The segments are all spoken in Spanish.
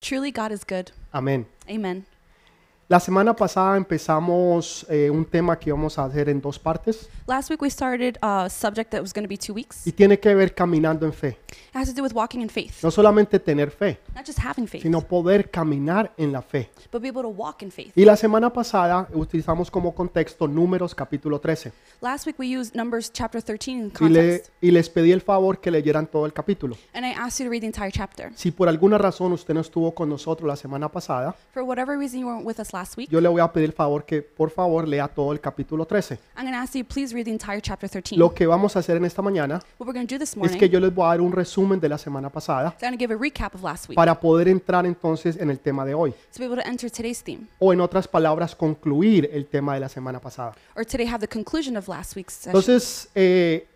Truly, God is good. Amén. Amen. La semana pasada empezamos eh, un tema que íbamos a hacer en dos partes Last week we started a subject that was going to be two weeks. y It tiene que ver caminando en fe. has to do with walking in faith, No solamente tener fe, not just having faith, sino poder caminar en la fe. but be able to walk in faith. Y la semana pasada utilizamos como contexto Números capítulo 13 Last week we used Numbers chapter 13 in y, le- context, y les pedí el favor que leyeran todo el capítulo. and I asked you to read the entire chapter. Si por alguna razón usted no estuvo con nosotros la semana pasada, For whatever reason you weren't with us last week, yo le voy a pedir el favor que por favor lea todo el capítulo 13. I'm going to ask you please read the entire chapter 13. Lo que vamos a hacer en esta mañana what we're going to do this es morning que yo les voy a dar un resumen de la semana pasada is I'm going to give a recap of last week para poder entrar entonces en el tema de hoy. to be able to enter today's theme, O en otras palabras, concluir el tema de la semana pasada. or today have the conclusion of last week's session. Entonces, eh,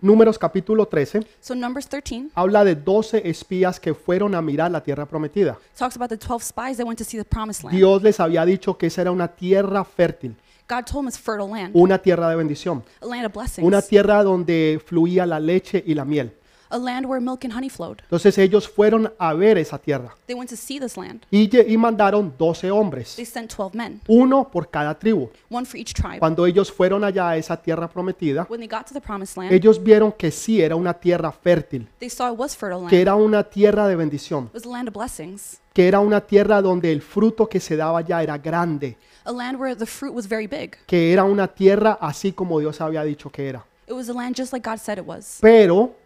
Números capítulo 13 so Numbers 13 habla de 12 espías que fueron a mirar la tierra prometida. talks about the 12 spies that went to see the promised land. Dios les había dicho que esa era una tierra fértil, God told them it's fertile land, una tierra de bendición, a land of blessings, una tierra donde fluía la leche y la miel. a land where milk and honey flowed. Entonces ellos fueron a ver esa tierra They went to see this land. y, lle- y mandaron 12 They hombres, sent 12 men, uno por cada tribu. one for each tribe. Cuando ellos fueron allá a esa tierra prometida, When they got to the promised land, ellos vieron que sí era una tierra fértil, they saw it was fertile land. que It era una tierra de bendición, was a land of blessings, que era una tierra donde el fruto que se daba ya era grande, a land where the fruit was very big. que era una tierra así como Dios había dicho que era. It was a land just like God said it was. Pero,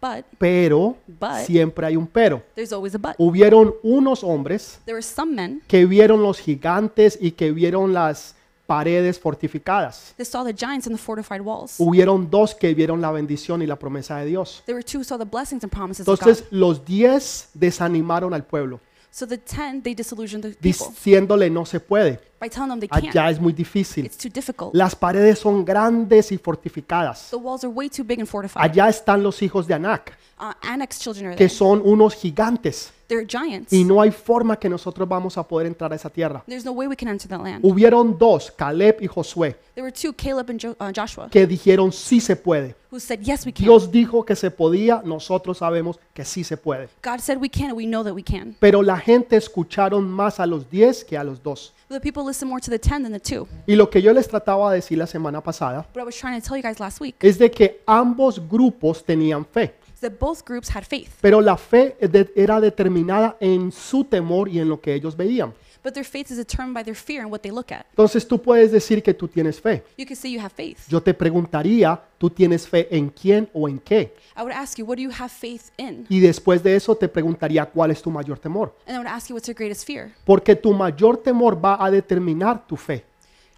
But pero, But- siempre hay un pero. there's always a but. Hubieron unos hombres There were some men que vieron los gigantes y que vieron las paredes fortificadas. that saw the giants and the fortified walls. Hubieron dos que vieron la bendición y la promesa de Dios. There were two who saw the blessings and promises of God. Entonces los diez desanimaron al pueblo, So the ten, they disillusioned the people diciéndole no se puede, by telling them they allá can't. es muy difícil, It's too difficult. las paredes son grandes y fortificadas, The walls are way too big and fortified. allá están los hijos de Anac, Uh, Anak's children are there. que son unos gigantes, They're giants. y no hay forma que nosotros vamos a poder entrar a esa tierra. There's no way we can enter that land. Hubieron dos, Caleb y Josué, There were two, Caleb and jo- uh, Joshua, que dijeron sí se puede. who said, Yes, we can. Dios dijo que se podía, nosotros sabemos que sí se puede. God said we can, and we know that we can. Pero la gente escucharon más a los 10 que a los dos. The people listen more to the 10 than the 2. Y lo que yo les trataba de decir la semana pasada What I was trying to tell you guys last week es de que ambos grupos tenían fe, is that both groups had faith, pero la fe de- era determinada en su temor y en lo que ellos veían. but their faith is determined by their fear and what they look at. Entonces tú puedes decir que tú tienes fe. You can say you have faith. Yo te preguntaría, ¿tú tienes fe en quién o en qué? I would ask you, What do you have faith in? Y después de eso te preguntaría cuál es tu mayor temor. And I would ask you, What's your greatest fear? Porque tu mayor temor va a determinar tu fe.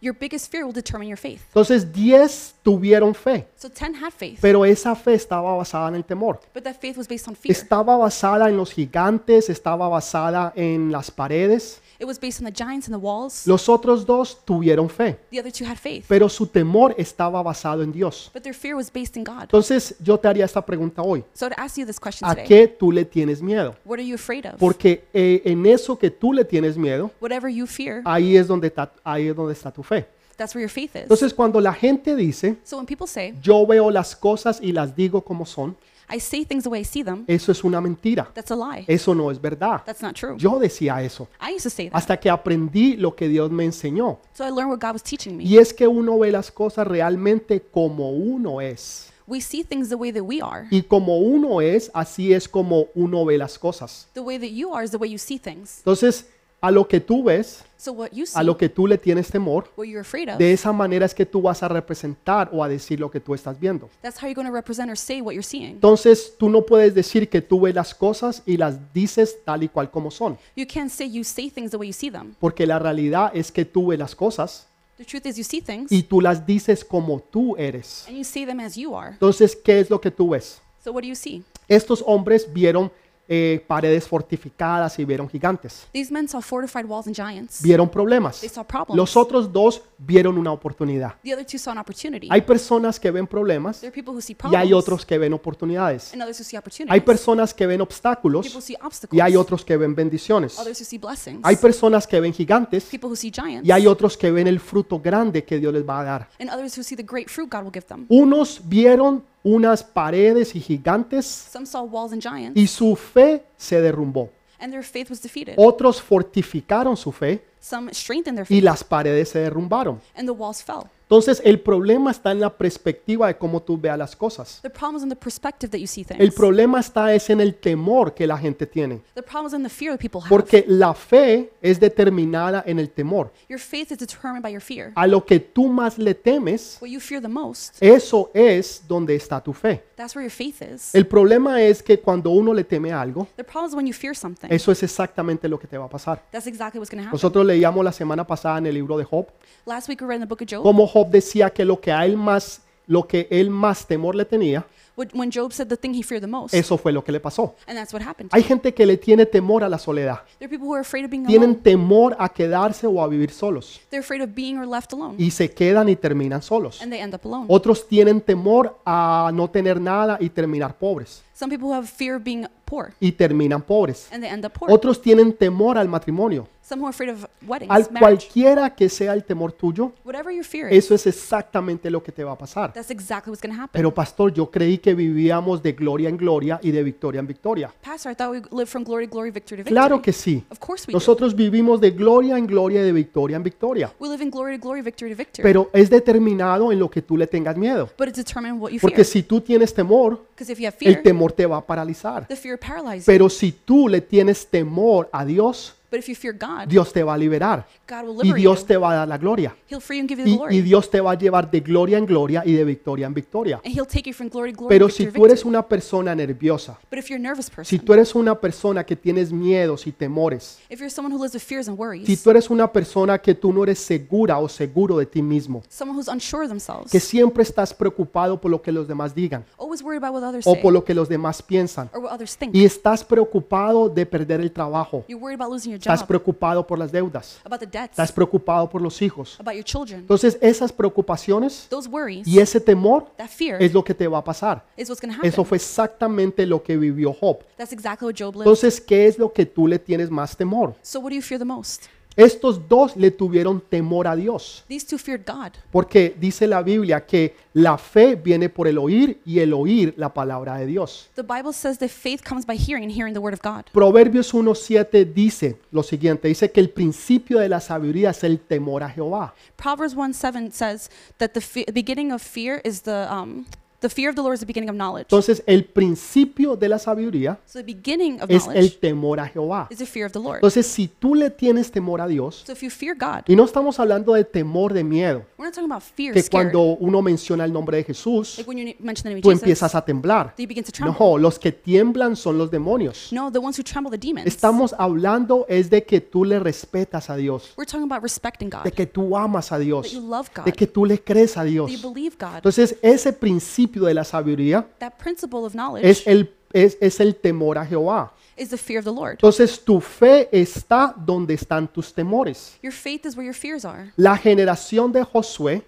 Your biggest fear will determine your faith. Entonces 10 tuvieron fe, So 10 had faith, pero esa fe estaba basada en el temor. but that faith was based on fear. Estaba basada en los gigantes, estaba basada en las paredes. It was based on the giants and the walls. Los otros dos tuvieron fe, The other two had faith, pero su temor estaba basado en Dios. but their fear was based in God. Entonces yo te haría esta pregunta hoy. So to ask you this question ¿A today, qué tú le tienes miedo? what are you afraid of? Porque eh, en eso que tú le tienes miedo, Whatever you fear, ahí es donde está, ahí es donde está tu fe. that's where your faith is. Entonces cuando la gente dice, So when people say, yo veo las cosas y las digo como son, I say things the way I see them, eso es una mentira. that's a lie. Eso no es verdad. That's not true. Yo decía eso I used to say that. hasta que aprendí lo que Dios me enseñó. So I learned what God was teaching me. Y es que uno ve las cosas realmente como uno es. We see things the way that we are. Y como uno es, así es como uno ve las cosas. The way that you are is the way you see things. Entonces, a lo que tú ves, So what you see, a lo que tú le tienes temor, what you're afraid of, de esa manera es que tú vas a representar o a decir lo que tú estás viendo. that's how you're going to represent or say what you're seeing. Entonces, tú no puedes decir que tú ves las cosas y las dices tal y cual como son. You can't say you say things the way you see them. Porque la realidad es que tú ves las cosas The truth is you see things y tú las dices como tú eres. and you see them as you are. Entonces, ¿qué es lo que tú ves? So what do you see? Estos hombres vieron eh, paredes fortificadas y vieron gigantes. These men saw fortified walls and giants. Vieron problemas. They saw problems. Los otros dos vieron una oportunidad. The other two saw an opportunity. Hay personas que ven problemas There are people who see y hay problems otros que ven oportunidades. and others who see Hay opportunities. personas que ven People obstáculos see y hay obstacles. otros que ven bendiciones. Others who see blessings. Hay personas que ven gigantes People who see giants. y hay otros que ven el fruto grande que Dios les va a dar. And others who see the great fruit God will give them. Unos vieron unas paredes y gigantes Some saw walls and giants. y su fe se derrumbó. and their faith was defeated. Otros fortificaron su fe Some strengthened their y faith, las paredes se derrumbaron. and the walls fell. Entonces el problema está en la perspectiva de cómo tú veas las cosas. The problem is in the perspective that you see El things. problema está es en el temor que la gente tiene. The problem is in the fear that people have. Porque la fe es determinada en el temor. Your faith is determined by your fear. A lo que tú más le temes, What you fear the most, eso es donde está tu fe. that's where your faith is. El problema es que cuando uno le teme a algo, The problem is when you fear something. eso es exactamente lo que te va a pasar. That's exactly what's going to happen. Nosotros leíamos la semana pasada en el libro de Job Last week we read in the book of Job, cómo Job decía que lo que a él más, lo que él más temor le tenía, what- when Job said the thing he feared the most, eso fue lo que le pasó. and that's what happened. Hay gente que le tiene temor a la soledad, There are people who are afraid of being alone. tienen temor a quedarse o a vivir solos They're afraid of being or left alone, y se quedan y terminan solos. and they end up alone. Otros tienen temor a no tener nada y terminar pobres Some people have fear of being poor, y terminan pobres. and they end up poor. Otros tienen temor al matrimonio. Some who are afraid of weddings, Al marriage. cualquiera que sea el temor tuyo, Whatever your fear is, eso es exactamente lo que te va a pasar. that's exactly what's going to happen. Pero pastor, yo creí que vivíamos de gloria en gloria y de victoria en victoria. Pastor, I thought we lived from glory to glory, victory to victory. Claro que sí. Of course we do. Nosotros vivimos de gloria en gloria y de victoria en victoria. We live in glory to glory, victory to victory. Pero es determinado en lo que tú le tengas miedo. but it's determined what you fear. Porque si tú tienes temor, Because if you have el fear, temor te va a paralizar. the fear paralyzes you. Pero si tú le tienes temor a Dios, But if you fear God, Dios te va a liberar. God will Y liberate you. Dios te va a dar la gloria. He'll free you and give you the Y, glory. y Dios te va a llevar de gloria en gloria y de victoria en victoria. and He'll take you from glory to glory, Pero victory si to tú victory. eres una persona nerviosa, but if you're a nervous si person, tú eres una persona que tienes miedos y temores, if you're someone who lives with fears and worries, si tú eres una persona que tú no eres segura o seguro de ti mismo, someone who's unsure of themselves, que siempre estás preocupado por lo que los demás digan always worried about what others o say por lo que los demás piensan, or what others think, y estás preocupado de perder el trabajo, you're worried about losing your estás job, preocupado por las deudas, about the debts, estás preocupado por los hijos. about your children. Entonces esas preocupaciones Those worries, y ese temor that fear, es lo que te va a pasar. is what's going to happen. Eso fue exactamente lo que vivió Job. That's exactly what Job lived. Entonces, ¿qué es lo que tú le tienes más temor? So what do you fear the most? Estos dos le tuvieron temor a Dios, These two feared God. porque dice la Biblia que la fe viene por el oír y el oír la palabra de Dios. The Bible says that faith comes by hearing and hearing the word of God. Proverbios 1.7 dice lo siguiente, dice que el principio de la sabiduría es el temor a Jehová. Proverbs 1 7 says that the fe- beginning of fear is the, um, the fear of the Lord is the beginning of knowledge. Entonces, el principio de la sabiduría So the beginning of es el knowledge temor a Jehová. is the fear of the Lord. Entonces, si tú le tienes temor a Dios, So if you fear God, y no estamos hablando de temor de miedo, we're not talking about fear, que scared. cuando uno menciona el nombre de Jesús, Like when you mention the name tú of Jesus, empiezas a temblar. you begin to tremble. No, los que tiemblan son los demonios. No, the ones who tremble, the demons. Estamos hablando es de que tú le respetas a Dios, We're talking about respecting de God, que tú amas a that Dios, you love God, de that que tú le crees a you Dios. believe God. Entonces, ese principio de la sabiduría That principle of knowledge es el, es, es el temor a Jehová. is the fear of the Lord. Entonces, tu fe está donde están tus temores. Your faith is where your fears are. La generación de Josué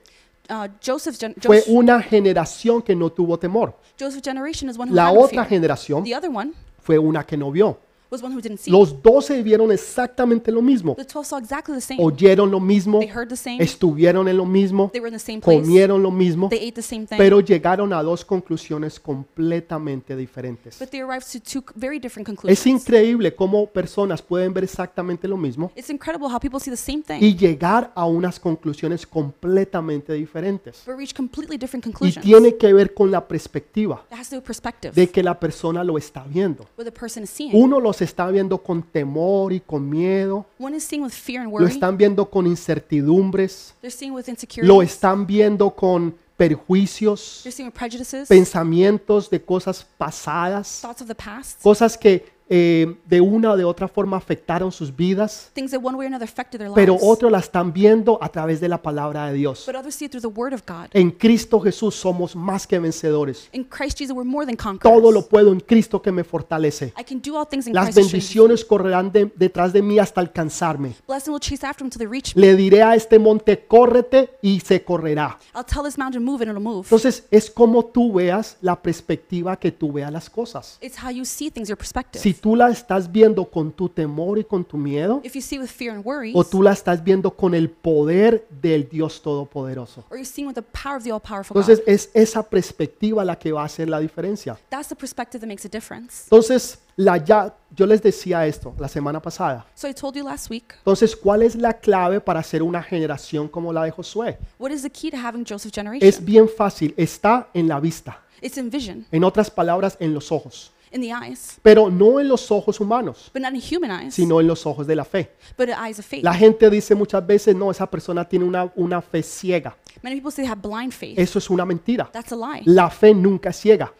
Uh, Joseph's, gen- fue Joseph- una generación que no tuvo temor. Joseph's generation is one who La had no otra fear. generación The other one fue una que no vio. was one who didn't see. Los doce vieron exactamente lo mismo. the 12 saw exactly the same. Oyeron lo mismo, they heard the same. estuvieron en lo mismo, they were in the same place. comieron lo mismo, they ate the same thing. pero llegaron a dos conclusiones completamente diferentes. but they arrived to two c- very different Es conclusions. increíble cómo personas pueden ver exactamente lo mismo it's incredible how people see the same thing y llegar a unas conclusiones completamente diferentes. but reach completely different Y conclusions. tiene que ver con la perspectiva It has to do with perspective, de que la persona lo está viendo. what the person is seeing. Uno los está viendo con temor y con miedo, one is seeing with fear and lo worry. están viendo con incertidumbres, They're seeing with lo insecurity. están viendo con perjuicios, They're seeing with prejudices, pensamientos de cosas pasadas, thoughts of the past, cosas que eh, de una o de otra forma afectaron sus vidas, things that one way or another affected their lives. pero otros la están viendo a través de la palabra de Dios. but others see it through the word of God. En Cristo Jesús somos más que vencedores. In Christ Jesus, we're more than conquerors. Todo lo puedo en Cristo que me fortalece. I can do all things in Las Christ who strengthens me. bendiciones correrán de- detrás de mí hasta alcanzarme. Blessing will chase after him till they reach me. Le diré a este monte, córrete y se correrá. I'll tell this mountain move and it'll move. Entonces es como tú veas la perspectiva que tú veas las cosas. It's how you see things, your perspective. Si tú la estás viendo con tu temor y con tu miedo, if you see with fear and worries, o tú la estás viendo con el poder del Dios Todopoderoso. or you're seeing with the power of the all-powerful God, Entonces es esa perspectiva la que va a hacer la diferencia. that's the perspective that makes a difference. Entonces La ya, yo les decía esto la semana pasada. So I told you last week, Entonces, ¿cuál es la clave para ser una generación como la de Josué? what is the key to having Joseph's generation? Es bien fácil, está en la vista, it's in vision, en otras palabras, en los ojos, in the eyes, pero no en los ojos humanos, but not in human eyes, sino en los ojos de la fe. but in eyes of faith. La gente dice muchas veces, no, esa persona tiene una, una fe ciega. Many people say they have blind faith. Eso es una mentira. That's a lie. La fe nunca es ciega,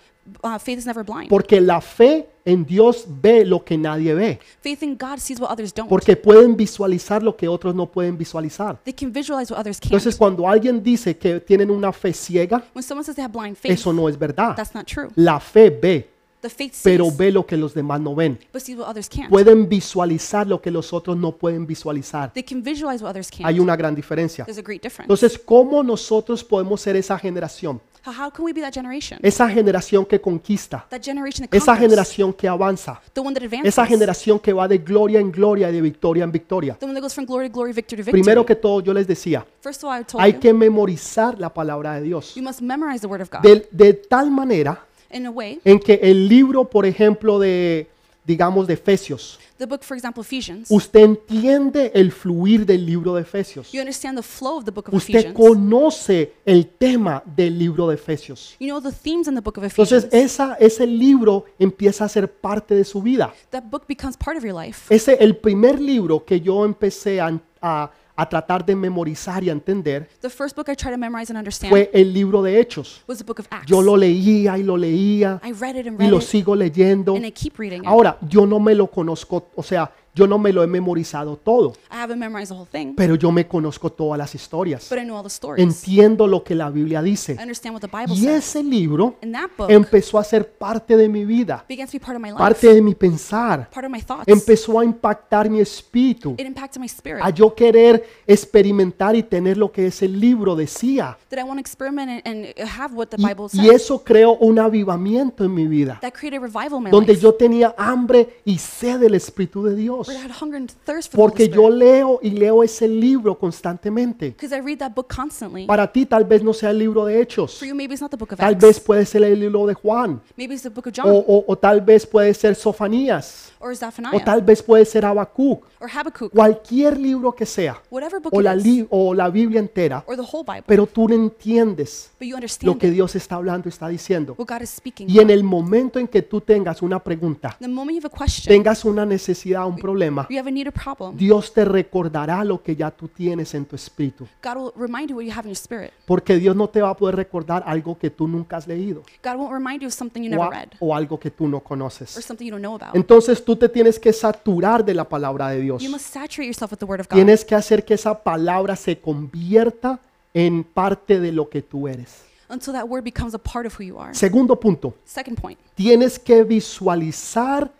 Uh, faith is never blind. porque la fe en Dios ve lo que nadie ve, faith in God sees what others don't. porque pueden visualizar lo que otros no pueden visualizar. they can visualize what others can't. Entonces, cuando alguien dice que tienen una fe ciega, when someone says they have blind faith, eso no es verdad. that's not true. La fe ve, The faith sees, pero ve lo que los demás no ven. but sees what others can't. Pueden visualizar lo que los otros no pueden visualizar. they can visualize what others can't. Hay una gran diferencia. There's a great difference. Entonces, ¿cómo nosotros podemos ser esa generación? how, how can we be that generation? Esa generación que conquista, that generation that esa conquers. generación que avanza, the one that advances. esa generación que va de gloria en gloria y de victoria en victoria. the one that goes from glory to glory, victory to victory. Primero que todo, yo les decía, First of all, I told hay you, que memorizar la palabra de Dios. you must memorize the word of God De, de tal manera in a way. en que el libro, por ejemplo, de, digamos, de Efesios, The book, for example, Ephesians. usted entiende el fluir del libro de Efesios. you understand the flow of the book of Usted Ephesians. conoce el tema del libro de Efesios. you know the themes in the book of Ephesians. Entonces, esa, ese libro empieza a ser parte de su vida. that book becomes part of your life. Ese, el primer libro que yo empecé a, a- a tratar de memorizar y a entender the first book I tried to memorize and understand fue el libro de Hechos. was the book of Acts. Yo lo leía y lo leía I read it and y read lo it, sigo leyendo. and I keep reading it. Ahora, yo no me lo conozco, o sea, yo no me lo he memorizado todo, I haven't memorized the whole thing, pero yo me conozco todas las historias. but I know all the stories. Entiendo lo que la Biblia dice. pues, I understand what the Bible Y says. ese libro And that book empezó a ser parte de mi vida, began to be part of my life, parte de mi pensar. part of my thoughts. It Empezó a impactar mi espíritu, impacted my a spirit yo querer experimentar y tener lo que ese libro decía. that I want to experiment and, and have what the Y, Bible y says. eso creó un avivamiento en mi vida, That created revival in my donde life. yo tenía hambre y sed del Espíritu de Dios. Where I had hunger and thirst for Porque the yo Holy leo y leo ese libro constantemente. Because I read that book constantly. Para ti tal vez no sea el libro de Hechos, For you, maybe it's not the book of tal Acts. vez puede ser el libro de Juan, Maybe it's the book of o, John o- o tal vez puede ser Sofanías, or Zephaniah o tal vez puede ser Habacuc, or Habakkuk. cualquier libro que sea, Whatever book o la, it is li- o la Biblia entera, or the whole Bible. pero tú no entiendes but you lo understand que it, Dios está hablando, está diciendo. what God is speaking. Y en el momento en que tú tengas una pregunta, the moment you have a question, tengas una necesidad, un problema, you have a need or problem, Dios te recordará lo que ya tú tienes en tu espíritu. God will remind you what you have in your spirit. Porque Dios no te va a poder recordar algo que tú nunca has leído God won't remind you of something you o, never a- read o algo que tú no or conoces. something you don't know about. Entonces tú te tienes que saturar de la palabra de Dios. You must saturate yourself with the Word of God. Tienes que hacer que esa palabra se convierta en parte de lo que tú eres. until that word becomes a part of who you are. Segundo punto, Second point, tienes que visualizar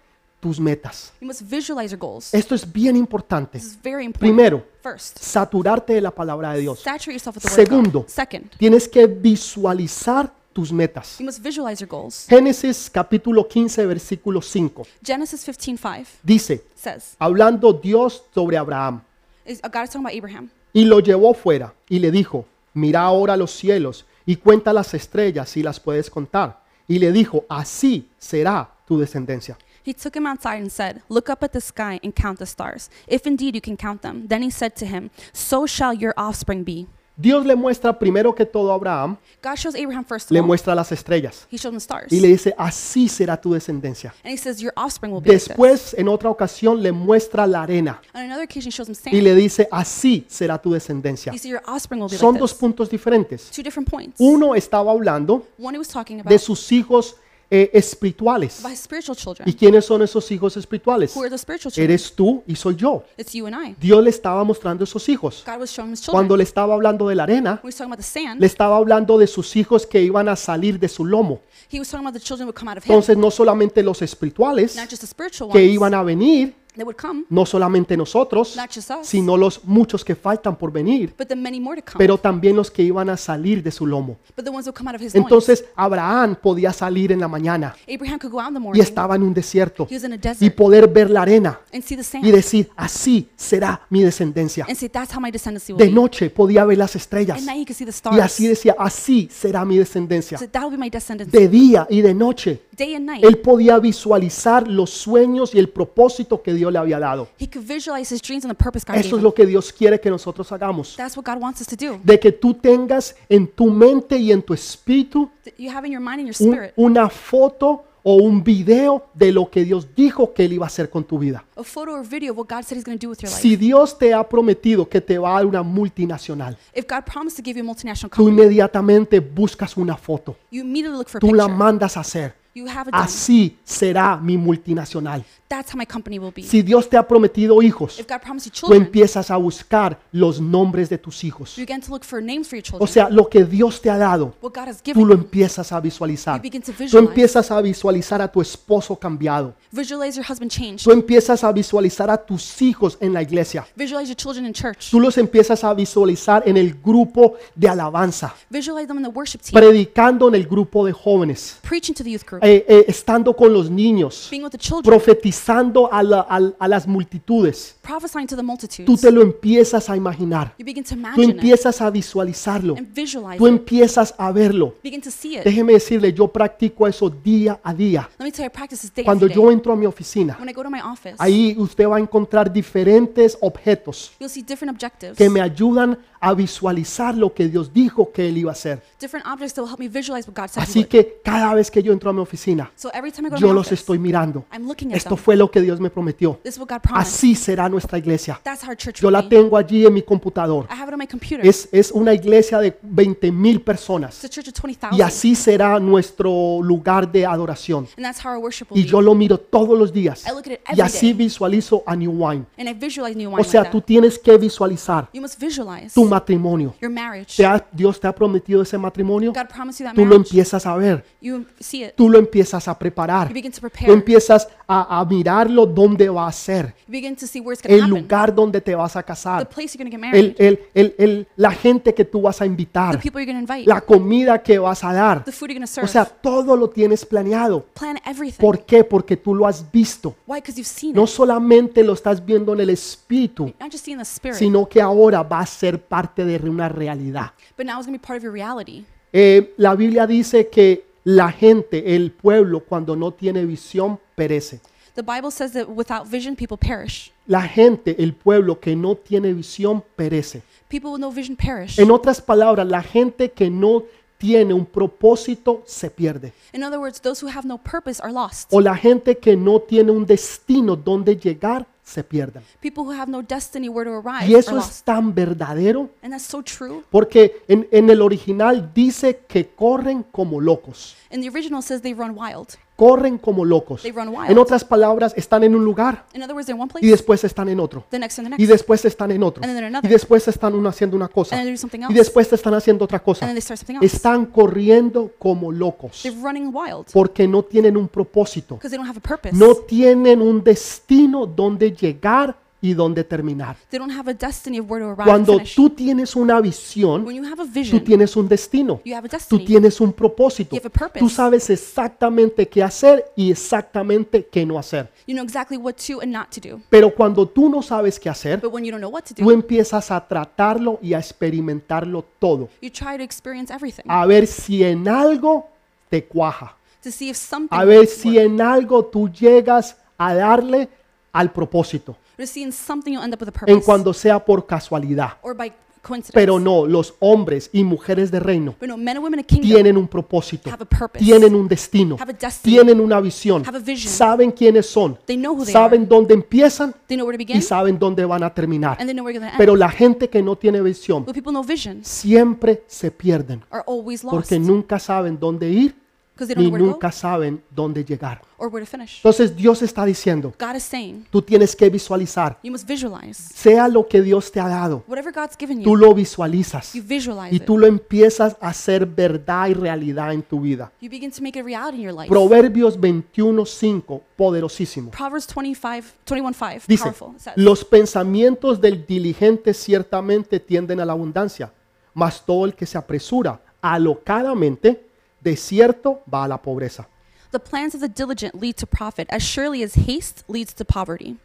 tus metas. you must visualize your goals. Esto es bien importante. This is very important. Eh, Primero, First, saturarte de la palabra de Dios. saturate yourself with the Word of Segundo. God. Second, Tienes que visualizar tus metas. you must visualize your goals. Génesis capítulo 15, versículo 5. Genesis 15:5 Dice, says, hablando Dios sobre Abraham, is, uh, God is talking about Abraham. y lo llevó fuera, y le dijo, mira ahora los cielos, y cuenta las estrellas, si las puedes contar. Y le dijo, así será tu descendencia. He took him outside and said, Look up at the sky and count the stars, if indeed you can count them. Then he said to him, So shall your offspring be. Dios le muestra primero que todo a Abraham, God shows Abraham first le of all. muestra las estrellas, He showed him stars. y le dice, así será tu descendencia. And he says, Your offspring will be like this. Después, en otra ocasión, le muestra la arena, On another occasion, he shows him y sand. le dice, así será tu descendencia. He says, Your offspring will be Son like dos this. puntos diferentes. Two different points. Uno estaba hablando One, he was talking de about sus hijos eh, espirituales. by his spiritual ¿Y children. quiénes son esos hijos espirituales? Who are the spiritual children? Eres tú y soy yo. It's you and I. Dios le estaba mostrando esos hijos. God was showing his children. Cuando When le estaba hablando de la arena, he was talking about the sand, le estaba hablando de sus hijos que iban a salir de su lomo. he was talking about the children would come out of him. Entonces, no solamente los espirituales Not just the spiritual que ones iban a venir, that would come, no solamente nosotros, not just us, sino los muchos que faltan por venir, but the many more to come. pero también los que iban a salir de su lomo. But the ones that would come out of his loins. Entonces, Abraham podía salir en la mañana Abraham could go out in the y morning. estaba en un desierto He was in a y desert poder ver la arena and see the y sand decir, así será mi descendencia. and say, That's how my descendancy will De be. noche podía ver las estrellas At night, he could see the y así stars. decía, así será mi descendencia. So that'll be my descendancy. De día y de noche day and night. Él podía visualizar los sueños y el propósito que Dios le había dado. He could visualize his dreams and the purpose God gave Eso es him. lo que Dios quiere que nosotros hagamos. That's what God wants us to do. De que tú tengas en tu mente y en tu espíritu That You have in your mind and your un- spirit una foto o un video de lo que Dios dijo que Él iba a hacer con tu vida. a photo or video of what God said he's going to do with your life. Si Dios te ha prometido que te va a dar una multinacional, If God promised to give you a multinational tú company, inmediatamente buscas una foto, you immediately look for a tú la picture. mandas a hacer. You have it done. Así será mi multinacional. That's how my company will be. Si Dios te ha prometido hijos, If God promised you tú children, empiezas a buscar los nombres de tus hijos. you begin to look for names for your O children. sea, lo que Dios te ha dado, What God has tú given lo you. empiezas a visualizar. You begin to Tú visualize. empiezas a visualizar a tu esposo cambiado. Visualize your husband changed. Tú empiezas a visualizar a tus hijos en la iglesia. Visualize your children in church. Tú los empiezas a visualizar en el grupo de alabanza, Visualize them in the worship team. predicando en el grupo de jóvenes, Preaching to the youth group. eh, eh, estando con los niños, Being with the children. profetizando a, la- al- a las multitudes. Prophesying to the Tú multitudes. te lo empiezas a imaginar. You begin to Tú imagine it empiezas a visualizarlo. and visualize Tú it. empiezas a verlo. Begin to see it. Déjeme decirle, yo practico eso día a día. Let me tell you, I practice this day Cuando after day. yo entro a mi oficina, When I go to my office, ahí usted va a encontrar diferentes objetos you'll see different objectives. que me ayudan a visualizar lo que Dios dijo que Él iba a hacer. Different objects that will help me visualize what God said he Así would. que cada vez que yo entro a mi oficina, So every time I go to yo my los office, estoy mirando. I'm looking at Esto them. fue lo que Dios me prometió. This is what God promised. Así será nuestra iglesia. That's how our church Yo will la be. tengo allí en mi computador. I have it on my computer. Es, es una iglesia de 20 mil it's personas. a church of Y 20,000. así será nuestro lugar de adoración. And that's how our worship will Y yo be. lo miro todos los días. I look at it Y every así day. visualizo a New Wine. And I visualize new wine O sea, like tú that. tienes que visualizar You must visualize tu matrimonio. your marriage. Te ha- Dios te ha prometido ese matrimonio. God promised you that Tú lo marriage. empiezas a ver. You see it. Tú lo empiezas a preparar. You begin to Tú prepare. You empiezas a, a mirarlo dónde va a ser. begin to see where it's going El to happen. lugar donde te vas a The casar. place you're going to get El, married. el- el- el- la gente que tú vas a The invitar. people you're going to invite. La comida que vas a dar. The food you're going to O serve. sea, todo lo tienes planeado. Plan everything. ¿Por qué? Porque tú lo has visto. Why? Because you've seen No it. solamente lo estás viendo en el espíritu, Not just seeing the spirit, sino que ahora va a ser parte de una realidad. but now it's going to be part of your reality. Eh, la Biblia dice que la gente, el pueblo, cuando no tiene visión, perece. The Bible says that without vision, people perish. La gente, el pueblo que no tiene visión, perece. People with no vision perish. En otras palabras, la gente que no tiene un propósito, se pierde. In other words, those who have no purpose are lost. O la gente que no tiene un destino donde llegar, se pierden. People who have no destiny where to arrive Y are eso es lost. tan verdadero And that's so true. Porque en, en el original dice que corren como locos. In the original it says they run wild. Corren como locos. They run wild. En otras palabras, están en un lugar In other words, they're in one place, y después están en otro. the next in the next, Y después están en otro. And then they're Y another. después están uno haciendo una and cosa. then they do something else, Y después te están haciendo otra and cosa. then they start something else. Están corriendo como locos. They're running wild Porque no tienen un propósito. because they don't have a purpose. No tienen un destino donde llegar y donde terminar. They don't have a destiny of where to arrive and Cuando finish. tú tienes una visión, When you have a tú vision, tienes un destino. you have a Tú destiny. tienes un propósito. You have a purpose. Tú sabes exactamente qué hacer y exactamente qué no hacer. You know exactly what to and not to do. Pero cuando tú no sabes qué hacer, But when you don't know what to tú do, empiezas a tratarlo y a experimentarlo todo. you try to experience everything A ver si en algo te cuaja. to see if something A ver works, si en algo tú llegas a darle al propósito. to see in something you'll end up with a En purpose. cuando sea por casualidad. or by coincidence. Pero no, los hombres y mujeres de reino But no, men and women of kingdom tienen un propósito. have a purpose. Tienen un destino. Have a destiny. Tienen una visión. Have a vision. Saben quiénes son. They know who they saben dónde empiezan They know where to begin y saben dónde van a terminar. and they know where you're going to end. Pero la gente que no tiene visión But people no vision siempre se pierden are always lost porque nunca saben dónde ir because they don't know ni where to go nunca saben dónde llegar. or where to finish. Entonces Dios está diciendo, God is saying tú tienes que visualizar, you must visualize. sea lo que Dios te ha dado, Whatever God's given tú you, lo visualizas you visualize y it. tú lo empiezas a hacer verdad y realidad en tu vida. You begin to make it a reality in your life. Proverbios 21:5, poderosísimo. Proverbs 25, 21, 5, Dice, powerful. It says, los pensamientos del diligente ciertamente tienden a la abundancia, mas todo el que se apresura alocadamente, de cierto va a la pobreza. The plans of the diligent lead to profit, as surely as haste leads to poverty.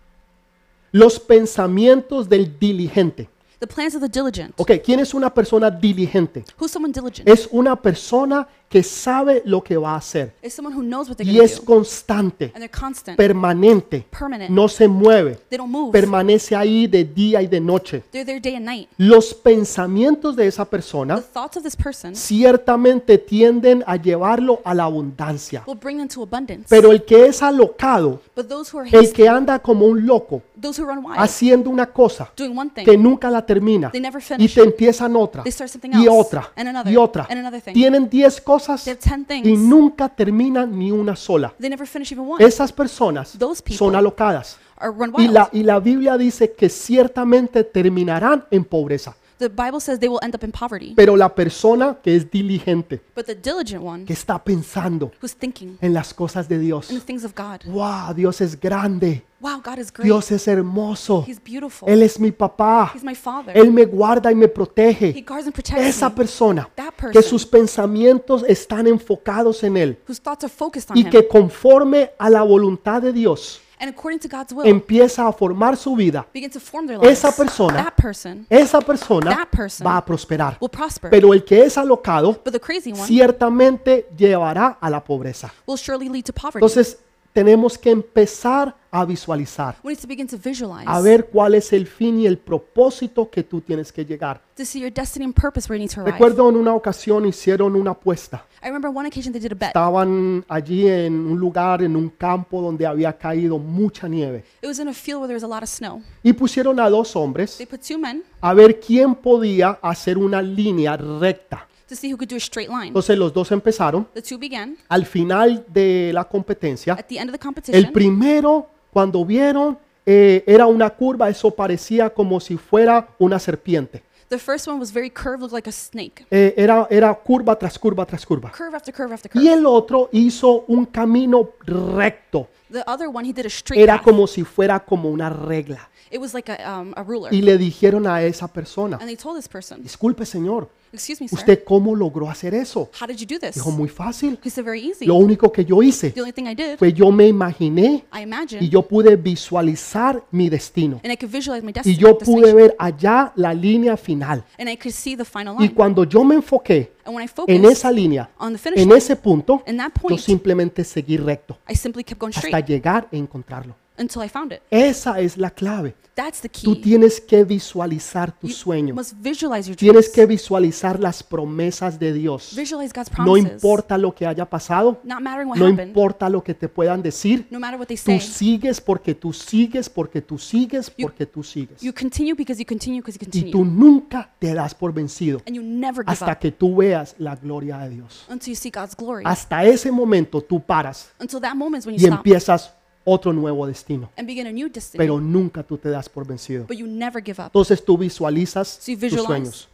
Los pensamientos del diligente. The plans of the diligent. Ok, ¿quién es una persona diligente? Who's someone diligent? Es una persona que sabe lo que va a hacer It's someone who knows what they're y going to es do. constante, And they're constant, permanente, permanent. no se mueve, they don't move. permanece ahí de día y de noche. they're there day and night. Los pensamientos de esa The persona thoughts of this person ciertamente tienden a llevarlo a la abundancia. will bring them to abundance. Pero el que es alocado, but those who are el hasty, que anda como un loco, those who run wild, haciendo una cosa doing one thing, que nunca la termina they never y finish. te empiezan otra They start something y else, otra and another, y otra. and another thing. Tienen 10 cosas they have ten things. y nunca terminan ni una sola. they never finish even one. Esas personas Those people son alocadas. or run Y wild. la, y la Biblia dice que ciertamente terminarán en pobreza. the Bible says they will end up in poverty. Pero la persona que es diligente, but the diligent one que está pensando who's thinking en las cosas de Dios. in the things of God. ¡Wow! Dios es grande. Wow, God is great. Dios es hermoso. He's beautiful. Él es mi papá. He's my father. Él me guarda y me he protege. guards and protects Esa me, persona That que person. sus pensamientos están enfocados en Él whose thoughts are focused on y him. que conforme a la voluntad de Dios and according to God's will, empieza a formar su vida, begin to form their lives. esa persona- that person esa persona That person va a prosperar. will prosper. Pero el que es alocado but the crazy one ciertamente llevará a la pobreza. will surely lead to poverty. Entonces tenemos que empezar a visualizar, we need to begin to visualize a ver cuál es el fin y el propósito que tú tienes que llegar. to see your destiny and purpose where you need to arrive. Recuerdo en una ocasión hicieron una apuesta. I remember one occasion they did a bet. Estaban allí en un lugar, en un campo donde había caído mucha nieve. It was in a field where there was a lot of snow. Y pusieron a dos hombres They put two men a ver quién podía hacer una línea recta. to see who could do a straight line. Entonces los dos empezaron. The two began Al final de la competencia, at the end of the el competition. primero, cuando vieron, eh, era una curva, eso parecía como si fuera una serpiente. the first one was very curved, looked like a snake. Eh, era, era curva tras curva tras curva. Curve after curve after curve. Y el otro hizo un camino recto. The other one, he did a straight Era path. como si fuera como una regla. It was like a, um, a ruler. Y le dijeron a esa persona, and they told this person, disculpe señor, excuse me, sir, ¿usted cómo logró hacer eso? how did you do this? Dijo, muy fácil. He said, very easy. Lo único que yo hice the only thing I did, fue yo me imaginé I y imagined, yo pude visualizar mi destino. and I could visualize my Y destiny. yo pude ver allá la línea final. and I could see the final Y line. cuando yo me enfoqué and when I en focused esa línea, on the finish en line, ese punto, in that yo point, simplemente seguí recto I simply kept going straight hasta llegar e encontrarlo. until I found it. Esa es la clave. That's the Tú key. tienes que visualizar tus You sueños. must visualize your dreams. Tienes que visualizar las promesas de Dios. visualize God's No promises. importa lo que haya pasado, not mattering what no happened. importa lo que te puedan decir, no matter what they tú say. sigues porque tú sigues, porque tú sigues, porque tú sigues. You continue because you continue because you Y continue. tú nunca te das por vencido and you never give hasta up que tú veas la gloria de Dios. until you see God's glory. Hasta ese momento tú paras until that moment is when you y stop empiezas otro nuevo destino, and begin a new destiny. pero nunca tú te das por vencido. but you never give up Entonces tú visualizas So you tus visualize. sueños.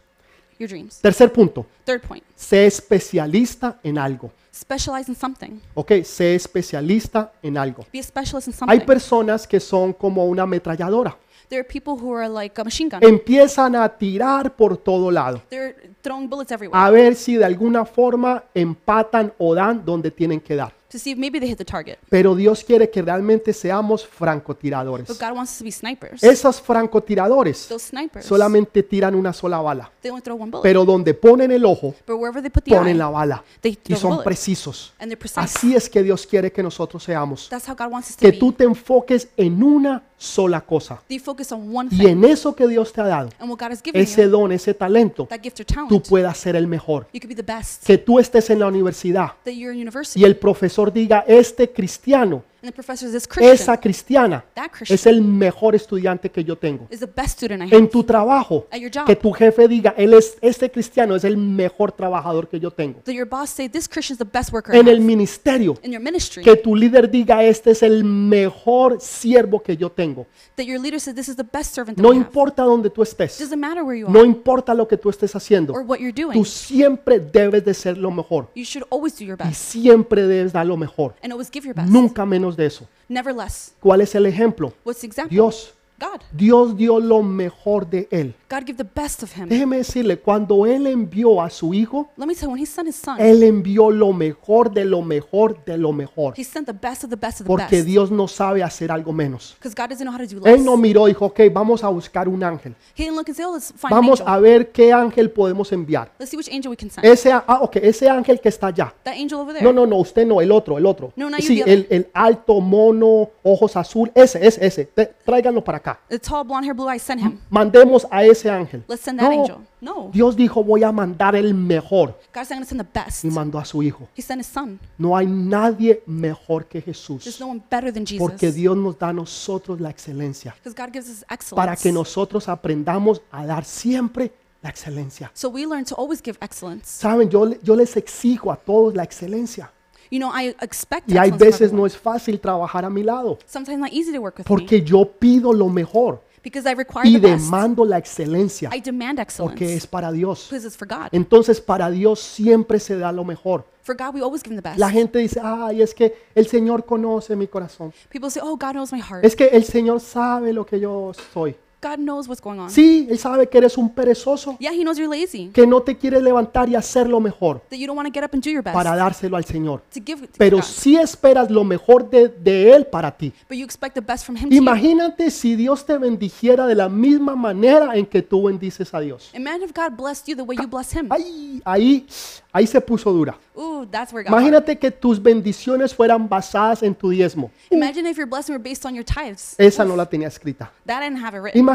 your dreams. Tercer punto, Third point, sé especialista en algo. specialize in something. Ok, sé especialista en algo. Be a specialist in Hay something. personas que son como una ametralladora. There are people who are like a machine gun. Eh, Empiezan a tirar por todo lado. They're throwing bullets everywhere A ver si de alguna forma empatan o dan donde tienen que dar. to see if maybe they hit the target. Pero Dios quiere que realmente seamos But francotiradores. God wants us to be snipers. Esos francotiradores Those snipers, solamente tiran una sola bala. they only throw one bullet. Pero donde ponen el ojo, but wherever they put the eye, ponen la bala. they Y throw the son bullet. precisos. And they're precise. Así es que Dios quiere que nosotros seamos. That's how God wants us to Que be. tú te enfoques en una sola cosa. They focus on one Y thing en eso que Dios te ha dado, and what God has given ese you, don, ese talento, that gift or tú talent. puedas ser el mejor. You could be the best. Que tú estés en la universidad That you're in university. y el profesor diga, este cristiano, and the professor is this Christian. esa cristiana, That Christian es el mejor estudiante que yo tengo. is the best student I have. En tu trabajo, At your job. que tu jefe diga, él es, este cristiano es el mejor trabajador que yo tengo. That your boss say this Christian is the best worker I En el have. ministerio, in your ministry. que tu líder diga, este es el mejor siervo que yo tengo. that your leader says this is the best servant that No we have. importa dónde tú estés, Doesn't matter where you are no importa lo que tú estés haciendo, or what you're doing. tú siempre debes de ser lo mejor You should always do your y best siempre debes dar lo mejor, and always give your best. nunca menos de eso. Never less. ¿Cuál es el ejemplo? What's the example? Dios. God. Dios dio lo mejor de él. God give the best of him. Déjeme decirle, cuando Él envió a su Hijo, Let me tell you, when he sent his son, Él envió lo mejor de lo mejor de lo mejor. he sent the best of the best of the Porque best. Dios no sabe hacer algo menos. Because God doesn't know how to do less. Él no miró, dijo, ok, vamos a buscar un ángel. He didn't look and say, oh, let's find an Vamos angel. a ver qué ángel podemos enviar. Let's see which angel we can send. Ese, á- ah, ok, ese ángel que está allá. that angel over there. No, no, no, usted no, el otro, el otro. No, no, Sí, you the el, el alto mono, ojos azul, ese, ese, ese. Te- tráiganlo para acá. The tall, blonde hair, blue eyes, send Mm. him. Mandemos a ese ángel. Let's send that No, angel. No. Dios dijo, voy a mandar el mejor. God said, I'm going to send the best. Y mandó a su hijo. He sent his son. No hay nadie mejor que There's Jesús. no one better than Jesus. Porque Dios nos da a nosotros la excelencia. Because God gives us excellence. Para que nosotros aprendamos a dar siempre la excelencia. so we learn to always give excellence. Saben, yo, le- yo les exijo a todos la excelencia. You know, I expect Y hay excellence from veces everyone. no es fácil trabajar a mi lado. Sometimes not easy to work with me. Porque yo pido lo mejor Because I require y the best. demando la excelencia I demand excellence. que es para Dios. Because it's for God. Entonces para Dios siempre se da lo mejor. For God, we always give him the best. La gente dice, ay, es que el Señor conoce mi corazón. People say, oh, God knows my heart. Es que el Señor sabe lo que yo soy. God knows what's going on. Sí, Él sabe que eres un perezoso, Yeah, he knows you're lazy. que no te quieres levantar y hacer lo mejor That you don't want to get up and do your best. para dárselo al Señor. to give it to Pero God. sí esperas lo mejor de, de Él para ti. But you expect the best from him to you. Imagínate si Dios te bendijera de la misma manera en que tú bendices a Dios. Imagine if God blessed you the way you bless him. Ay, ahí, ahí se puso dura. Ooh, that's where God. Imagínate que tus bendiciones fueran basadas en tu diezmo. Imagine if your blessing were based on your tithes. Esa no la tenía escrita. That I didn't have it written. Imagínate.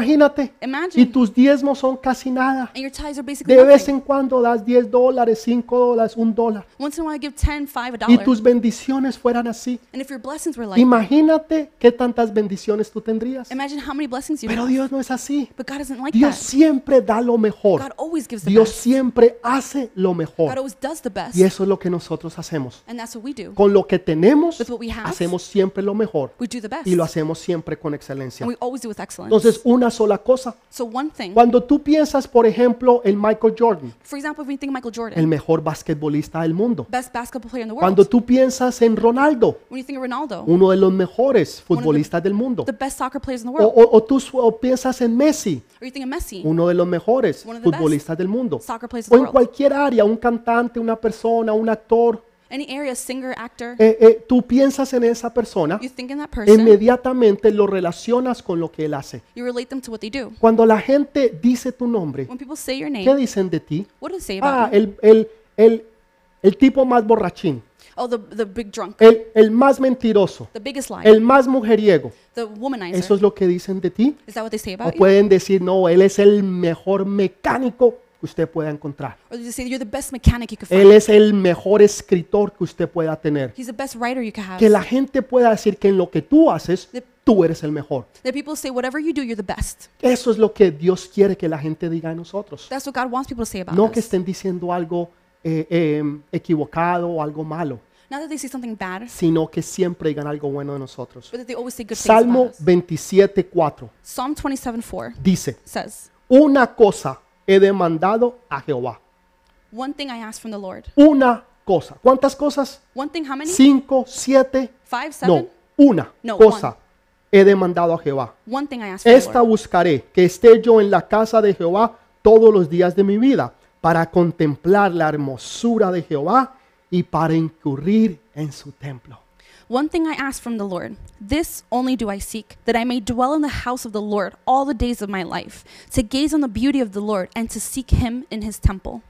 Y Imagine. tus diezmos son casi nada. And your tithes are basically De vez nothing. en cuando das 10 dólares, 5 dólares, 1 dólar. Once in a while, I give 10, 5, a Y dollar. tus bendiciones fueran así. And if your blessings were eh. like, Imagínate qué tantas bendiciones tú tendrías. imagine how many blessings you Pero have. Dios no es así. But God doesn't like Dios that. siempre da lo God mejor. always gives the Dios best. siempre hace lo God mejor. always does the best. Y eso es lo que nosotros hacemos. And that's what we do. Con lo que tenemos, With what we have. hacemos siempre lo mejor. We do the best. y lo hacemos siempre con excelencia. And we always do with excellence. Entonces, una sola cosa. So one thing, Cuando tú piensas, por ejemplo, en Michael Jordan, for example, if we think Michael el Jordan, mejor basquetbolista del mundo. best basketball player in the Cuando world. tú piensas en Ronaldo, When you think of Ronaldo, uno de los mejores futbolistas del mundo. the best soccer players in the O, world. o- o tú su- o piensas en Messi, Or you think of Messi, uno de los mejores One of the best futbolistas del mundo. soccer players in the O en world. cualquier área, un cantante, una persona, un actor. Any area, singer, actor, eh, eh, tú piensas en esa persona, you think in that person, inmediatamente lo relacionas con lo que él hace. you relate them to what they do. Cuando la gente dice tu nombre, When people say your ¿Qué name, dicen de ti? what do they say Ah, about you? el, el, el, el tipo más borrachín, Oh, the, the big drunk, el, el más mentiroso, the biggest liar, el más mujeriego. the womanizer. ¿Eso es lo que dicen de ti? Is that what they say O about you? pueden decir, no, él es el mejor mecánico que usted pueda encontrar. Or do they say you're the best mechanic you could Él find? es el mejor escritor que usted pueda tener. He's the best writer you could have. Que la gente pueda decir que en lo que tú haces, tú eres el mejor. That people say whatever you do, you're the best. Eso es lo que Dios quiere que la gente diga a nosotros. That's what God wants people to say about No que us. estén diciendo algo eh, eh, equivocado o algo malo. Not that they say something bad, sino que siempre digan algo bueno de nosotros. but that they always say good things about Salmo us. 27.4 Psalm 27:4 dice, says, una cosa he demandado a Jehová. "One thing I ask from the Lord. Una cosa. ¿Cuántas cosas? One thing, how many? Cinco, siete. Five, No, seven? una No, cosa one. he demandado a Jehová. One thing I ask from the Esta Lord. buscaré, que esté yo en la casa de Jehová todos los días de mi vida, para contemplar la hermosura de Jehová y para incurrir en su templo. One thing I ask from the Lord, this only do I seek, that I may dwell in the house of the Lord all the days of my life, to gaze on the beauty of the Lord and to seek him in his temple.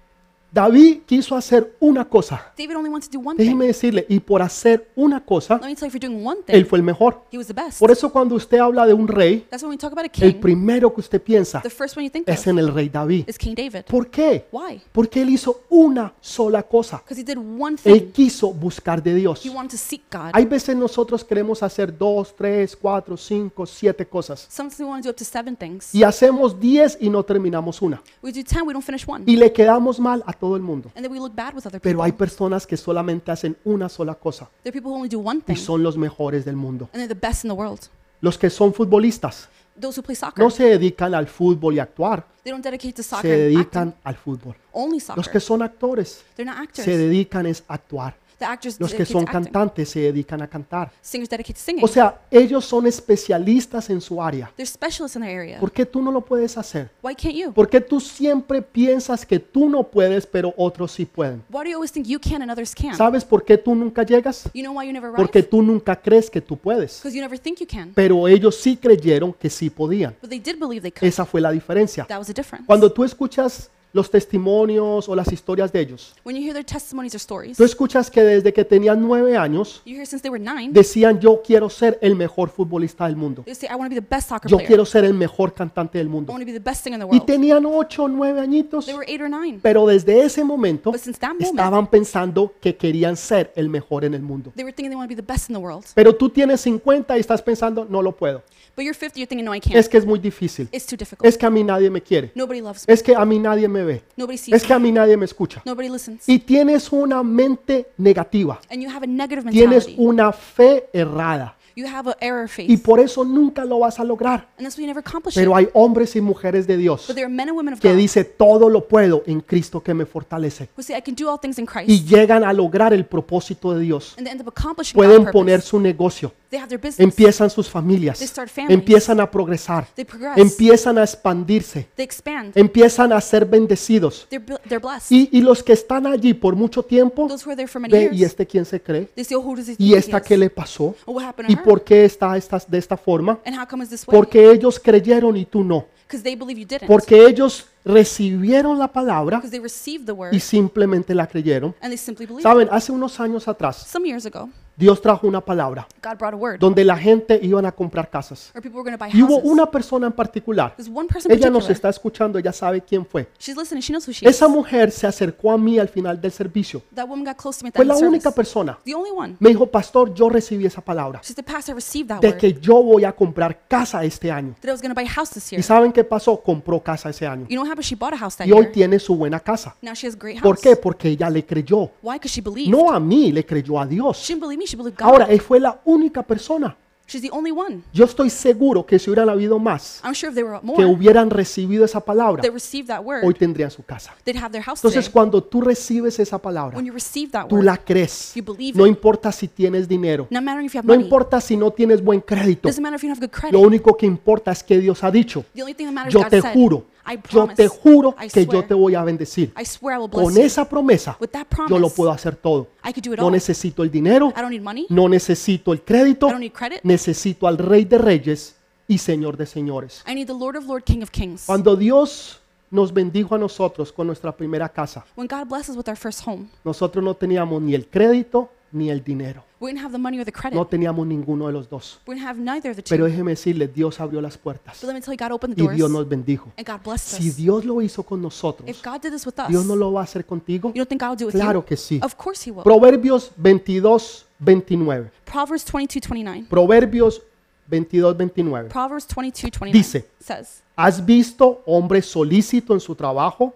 David quiso hacer una cosa. David only wants to do one thing. Déjeme decirle, y por hacer una cosa, Let me tell you, for doing one él thing, fue el mejor. he was the best. Por eso cuando usted habla de un rey, That's when we talk about a el king. primero que usted piensa The first one you think es of en el rey David. is King David. ¿Por qué? Why? Porque él hizo una sola cosa. Because he did one Él thing. quiso buscar de Dios. He wanted to seek God. Hay veces nosotros queremos hacer dos, tres, cuatro, cinco, siete cosas. Sometimes we want to do up to seven things. Y hacemos diez y no terminamos una. We do ten, we don't finish one. Y le quedamos mal a todo el mundo. And then we look bad with other Pero people. hay personas que solamente hacen una sola cosa There are people who only do one y thing, son los mejores del mundo. and they're the best in the world. Los que son futbolistas Those who play soccer, no se dedican al fútbol y a actuar, they don't dedicate to se soccer and acting, dedican al fútbol. only Los soccer. que son actores They're not se actors. dedican es a actuar. The actors Los que dedicate son to acting. cantantes se dedican a cantar. Singers dedicate to singing. O sea, ellos son especialistas en su área. They're specialists in their area. ¿Por qué tú no lo puedes hacer? Why can't you? ¿Por qué tú siempre piensas que tú no puedes, pero otros sí pueden? Why do you always think you can and others can't? ¿Sabes por qué tú nunca llegas? You know why you never arrive? Porque tú nunca crees que tú puedes. Because you never think you can. Pero ellos sí creyeron que sí podían. But they did believe they could. Esa fue la diferencia. That was the difference. Cuando tú escuchas los testimonios o las historias de ellos, When you hear their testimonies or stories, tú escuchas que desde que tenían nueve años you hear since they were nine, decían yo quiero ser el mejor futbolista del mundo, they say, I want to be the best soccer yo player. quiero ser el mejor cantante del I mundo. want to be the best singer in the Y world. tenían ocho o nueve añitos, They were eight or nine. pero desde ese momento But since that moment- estaban pensando que querían ser el mejor en el mundo. They were thinking they want to be the best in the world. Pero tú tienes 50 y estás pensando, no lo puedo. But you're 50, you're thinking, no, I can't. Es que es muy difícil. It's too difficult. Es que a mí nadie me quiere. Nobody loves me. Es que a mí nadie me ve. Nobody sees Es me. que a mí nadie me escucha. Nobody listens. Y tienes una mente negativa. And you have a negative Tienes mentality. una fe errada. You have an error Y face. por eso nunca lo vas a lograr. And that's why you never accomplish it. Pero hay hombres y mujeres de Dios But there are men and women of que God dice todo lo puedo en Cristo que me fortalece. who say, I can do all things in Y Christ. llegan a lograr el propósito de Dios. And they end up accomplishing God's Pueden poner purpose. su negocio. They have their business. Empiezan sus familias. They start families. Empiezan a progresar. They progress. Empiezan a expandirse. They expand. Empiezan a ser bendecidos. They're, bu- they're blessed. Y, y los que están allí por mucho tiempo, Those who are there for many ve, ¿y years, este quién se cree? they say, oh, who does he ¿Y think he esta qué is? le pasó? Oh, what happened ¿Y to her? por qué está esta- de esta forma? And how come it's this way? Porque ellos creyeron y tú no. Because they believe you didn't. Porque ellos recibieron la palabra Because they received the word y simplemente la creyeron. and they simply believed. Saben, hace unos años atrás, Some years ago, Dios trajo una palabra God brought a word donde la gente iban a comprar casas. or people were going to buy Y hubo houses. una persona en particular. There's one person in Ella nos particular. está escuchando, ella sabe quién fue. She's listening. She knows who she is. Esa mujer se acercó a mí al final del servicio. That woman got close to me at that Fue la end service. única persona. The only one. Me dijo, pastor, yo recibí esa palabra She's the pastor received that de word. que yo voy a comprar casa este año. That I was going to buy a house this year. ¿Y saben qué pasó? Compró casa ese año. You know what happened? She bought a house that Y hoy year. tiene su buena casa. Now she has a great house. ¿Por qué? Porque ella le creyó. Why? Because she believed. No a mí, le creyó a She Dios. didn't believe me. She believed God. Ahora, él fue la única persona. She's the only one. Yo estoy seguro que si hubieran habido más I'm sure if there were que more hubieran recibido esa palabra, that received that word, hoy tendrían su casa. they'd have their house Entonces, today. cuando tú recibes esa palabra, When you receive that tú word, la crees. You believe No it. importa si tienes dinero. not matter if you have No money, importa si no tienes buen crédito. doesn't matter if you don't have good credit. Lo único que importa es que Dios ha dicho. the only thing that matters yo is God te said, juro, I yo promise, te juro I que swear, yo te voy a bendecir. I swear I will bless Con you. esa promesa, With that promise, yo lo puedo hacer todo. I could do it No all. necesito el dinero, I don't need money. no necesito el crédito, I don't need credit. necesito al Rey de Reyes y Señor de Señores. I need the Lord of Lord, King of Kings. Cuando Dios nos bendijo a nosotros con nuestra primera casa, when God blesses with our first home, nosotros no teníamos ni el crédito ni el dinero. we didn't have the money or the credit. No teníamos ninguno de los dos. we didn't have neither of the two. Pero déjeme decirle, Dios abrió las puertas but let me tell you, God opened the y doors Dios nos bendijo. and God blessed Si us. Dios lo hizo con nosotros, if God did this with us, Dios no lo va a hacer contigo. you don't think God will do it with Claro you? que sí. Of course He will. Proverbios 22, 29. Proverbs 22, 29. Proverbios 22, 29. Proverbs 22, 29 Dice, says, ¿Has visto hombre solícito en su trabajo?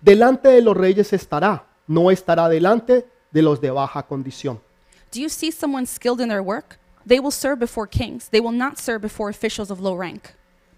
Delante de los reyes estará, no estará delante de los de baja condición. Do you see someone skilled in their work? They will serve before kings. They will not serve before officials of low rank.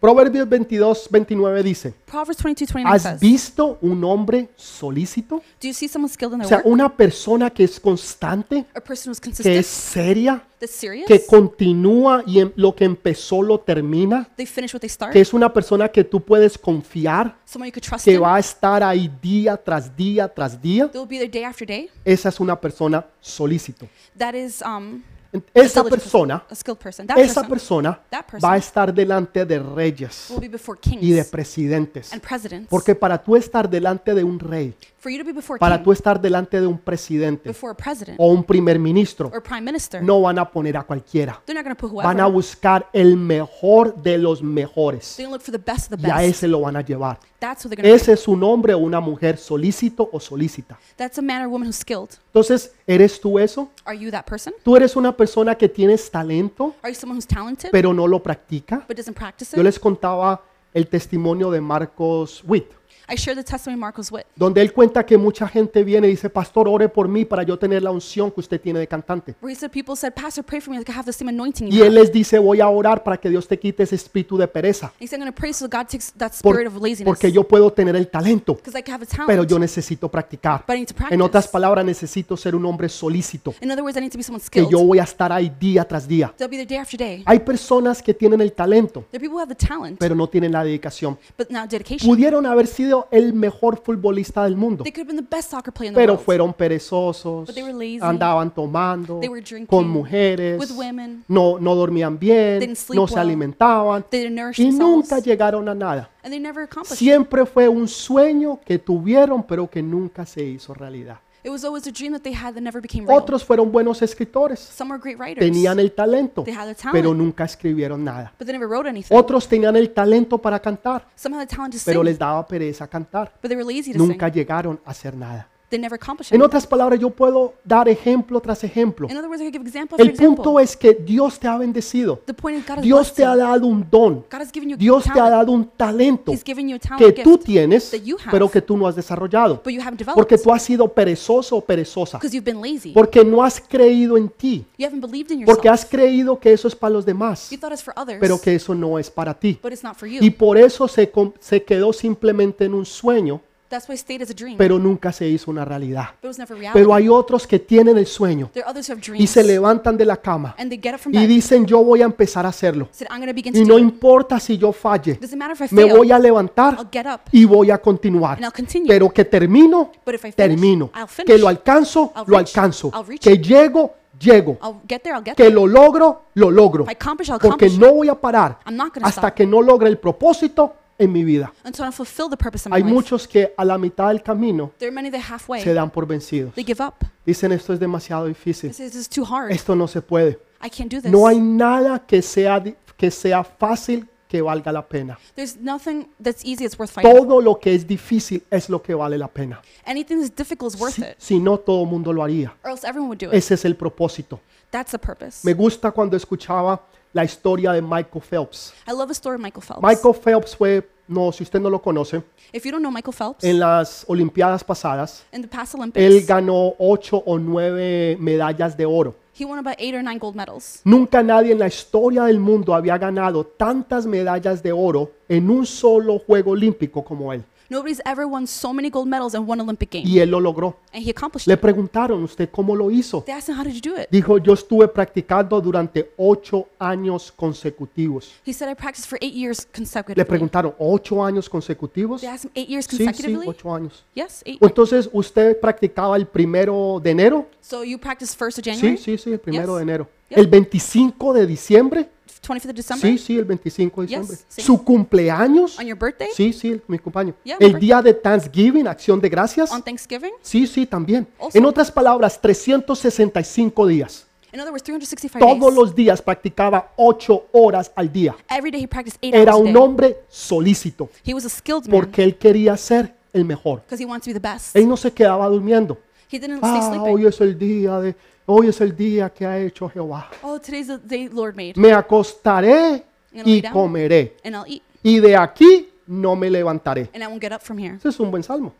Proverbios 22, 29 dice, Proverbs 22, 29 ¿Has says, visto un hombre solícito? Do you see someone skilled in O their sea, work? una persona que es constante, A person who's que consistent, es seria, that's serious, que continúa y en lo que empezó lo termina, they finish what they start, que es una persona que tú puedes confiar, someone you could trust que in, va a estar ahí día tras día tras día, they'll be there day after day. esa es una persona solícito. That is um, En- a Esa diligent person, persona, a skilled person. That esa person persona that person va a estar delante de reyes will be before kings y de presidentes. and presidents. Porque para tú estar delante de un rey, For you to be before a para king, tú estar delante de un presidente before a president o un primer ministro, or prime minister, no van a poner a cualquiera. they're not going to put whoever. Van a buscar el mejor de los mejores they're going to look for the best of the y a best. ese lo van a llevar. That's what they're going to Ese es un hombre o una mujer solícito o solícita. That's a man or woman who's skilled. Entonces, ¿eres tú eso? Are you that person? ¿Tú eres una persona que tienes talento, Are you someone who's talented pero no lo practica? but doesn't practice Yo it? les contaba el testimonio de Marcos Witt. I shared the testimony Mark was with, donde él cuenta que mucha gente viene y dice, pastor, ore por mí para yo tener la unción que usted tiene de cantante. where he said people said, Pastor, pray for me like I have the same anointing. Y You have." él les dice, voy a orar para que Dios te quite ese espíritu de pereza, He said, I'm going to pray so God takes that por- spirit of laziness porque yo puedo tener el talento, because I have a pero talent, yo necesito practicar. but I need to practice. En otras palabras, necesito ser un hombre solícito, In other words, I need to be someone que skilled. yo voy a estar ahí día tras día. They'll be there day after day. Hay personas que tienen el talento, There are people who have the talent, pero no tienen la dedicación. but now dedication. Pudieron haber sido el mejor futbolista del mundo, They could have been the best soccer player in the pero world. fueron perezosos, But they were lazy. andaban tomando, They were drinking. con mujeres, With women. no, no dormían bien, Didn't sleep no se well. alimentaban They didn't nourish y themselves, nunca llegaron a nada. and they never accomplished. it. Siempre fue un sueño que tuvieron, pero que nunca se hizo realidad. It was always a dream that they had that never became real. Otros fueron buenos escritores, Some were great writers, tenían el talento, They had the talent. pero nunca escribieron nada. but they never wrote anything. Otros tenían el talento para cantar, Some had the talent to pero sing, les daba pereza cantar. but they were lazy to sing. Nunca llegaron a hacer nada. They never accomplished En it. otras palabras, yo puedo dar ejemplo tras ejemplo. In other words, I could give example after El punto example. es que Dios te ha bendecido. The point is God has Dios blessed te ha you. dado un don. God has given you Dios te ha talent. dado un talento He's given you a talent, que a tú gift, tienes, that you have. pero que tú no has desarrollado. but you haven't developed Porque tú has sido perezoso o perezosa. because you've been lazy. Porque no has creído en ti. You haven't believed in yourself. Porque has creído que eso es para los demás, You thought it's for others, pero que eso no es para ti. but it's not for you. Y por eso se, com- se quedó simplemente en un sueño, That's why it stayed as a dream, pero nunca se hizo una realidad. but it was never reality. Pero hay otros que tienen el sueño there are others who have y dreams, se levantan de la cama and they get up from y bed. dicen yo voy a empezar a hacerlo. said, I'm going to begin to Y no do it. importa si yo falle, Doesn't matter if I me fail. voy a levantar I'll get up y voy a continuar. and I'll continue. Pero que termino, but if I finish, termino. I'll finish. Que lo alcanzo, I'll lo reach. alcanzo. I'll reach. Que llego, llego. I'll get there. I'll get Que there. lo logro, lo logro. If I accomplish, I'll Porque accomplish. no voy a parar I'm not going to hasta stop que no logre el propósito en mi vida. until I fulfill the purpose of my Hay life. muchos que a la mitad del camino There are many that are halfway. se dan por vencidos. They give up. Dicen esto es demasiado They difícil. say, this is too hard. Esto no se puede. I can't do this. No hay nada que sea, di- que sea fácil que valga la pena. There's nothing that's easy. It's worth fighting. Todo lo que es difícil es lo que vale la pena. Anything that's difficult is worth Si, it, si no, todo el mundo lo haría. or else everyone would do it. Ese es el propósito. That's the purpose. Me gusta cuando escuchaba la historia de Michael Phelps. I love the story of Michael Phelps. Michael Phelps fue, no, si usted no lo conoce, if you don't know Michael Phelps, en las Olimpiadas pasadas, in the past él Olympics, ganó ocho o nueve medallas de oro. he won about eight or nine gold medals. Nunca nadie en la historia del mundo había ganado tantas medallas de oro en un solo juego olímpico como él. Nobody's ever won so many gold medals in one Olympic game, Y él lo logró. and he accomplished Le it. preguntaron, ¿usted cómo lo hizo? They asked him, "How did you do it?" Dijo, yo estuve practicando durante ocho años consecutivos. He said, "I practiced for eight years Le consecutively." preguntaron, ¿ocho años consecutivos? They asked him, "Eight years Sí, sí, consecutively?" ocho años. Yes, eight. "O Pues Entonces, ¿usted practicaba el primero de enero? So you practiced first of Sí, January, sí, sí, el primero Yes. de enero. Yep. ¿El 25 de diciembre? 25th of December, Sí, sí, el 25 de Yes, diciembre. sí. ¿Su cumpleaños? on your birthday, Sí, sí, el- mi compañero. Yeah, my El birthday. día de Thanksgiving, acción de gracias. on Thanksgiving. Sí, sí, también. Awesome. En otras palabras, 365 días. In other words, 365 Todos days. los días practicaba 8 horas al día. Every day he practiced eight Era hours a un day. hombre solícito He was a skilled man porque él quería ser el mejor. because he wanted to be the best. Él no se quedaba durmiendo. He didn't stay Ah, sleeping. hoy es el día de hoy es el día que ha hecho Jehová. Oh, today's the day Lord made, Me acostaré y comeré and I'll eat, y de aquí no me levantaré. and I won't get up from here. Ese es un buen salmo.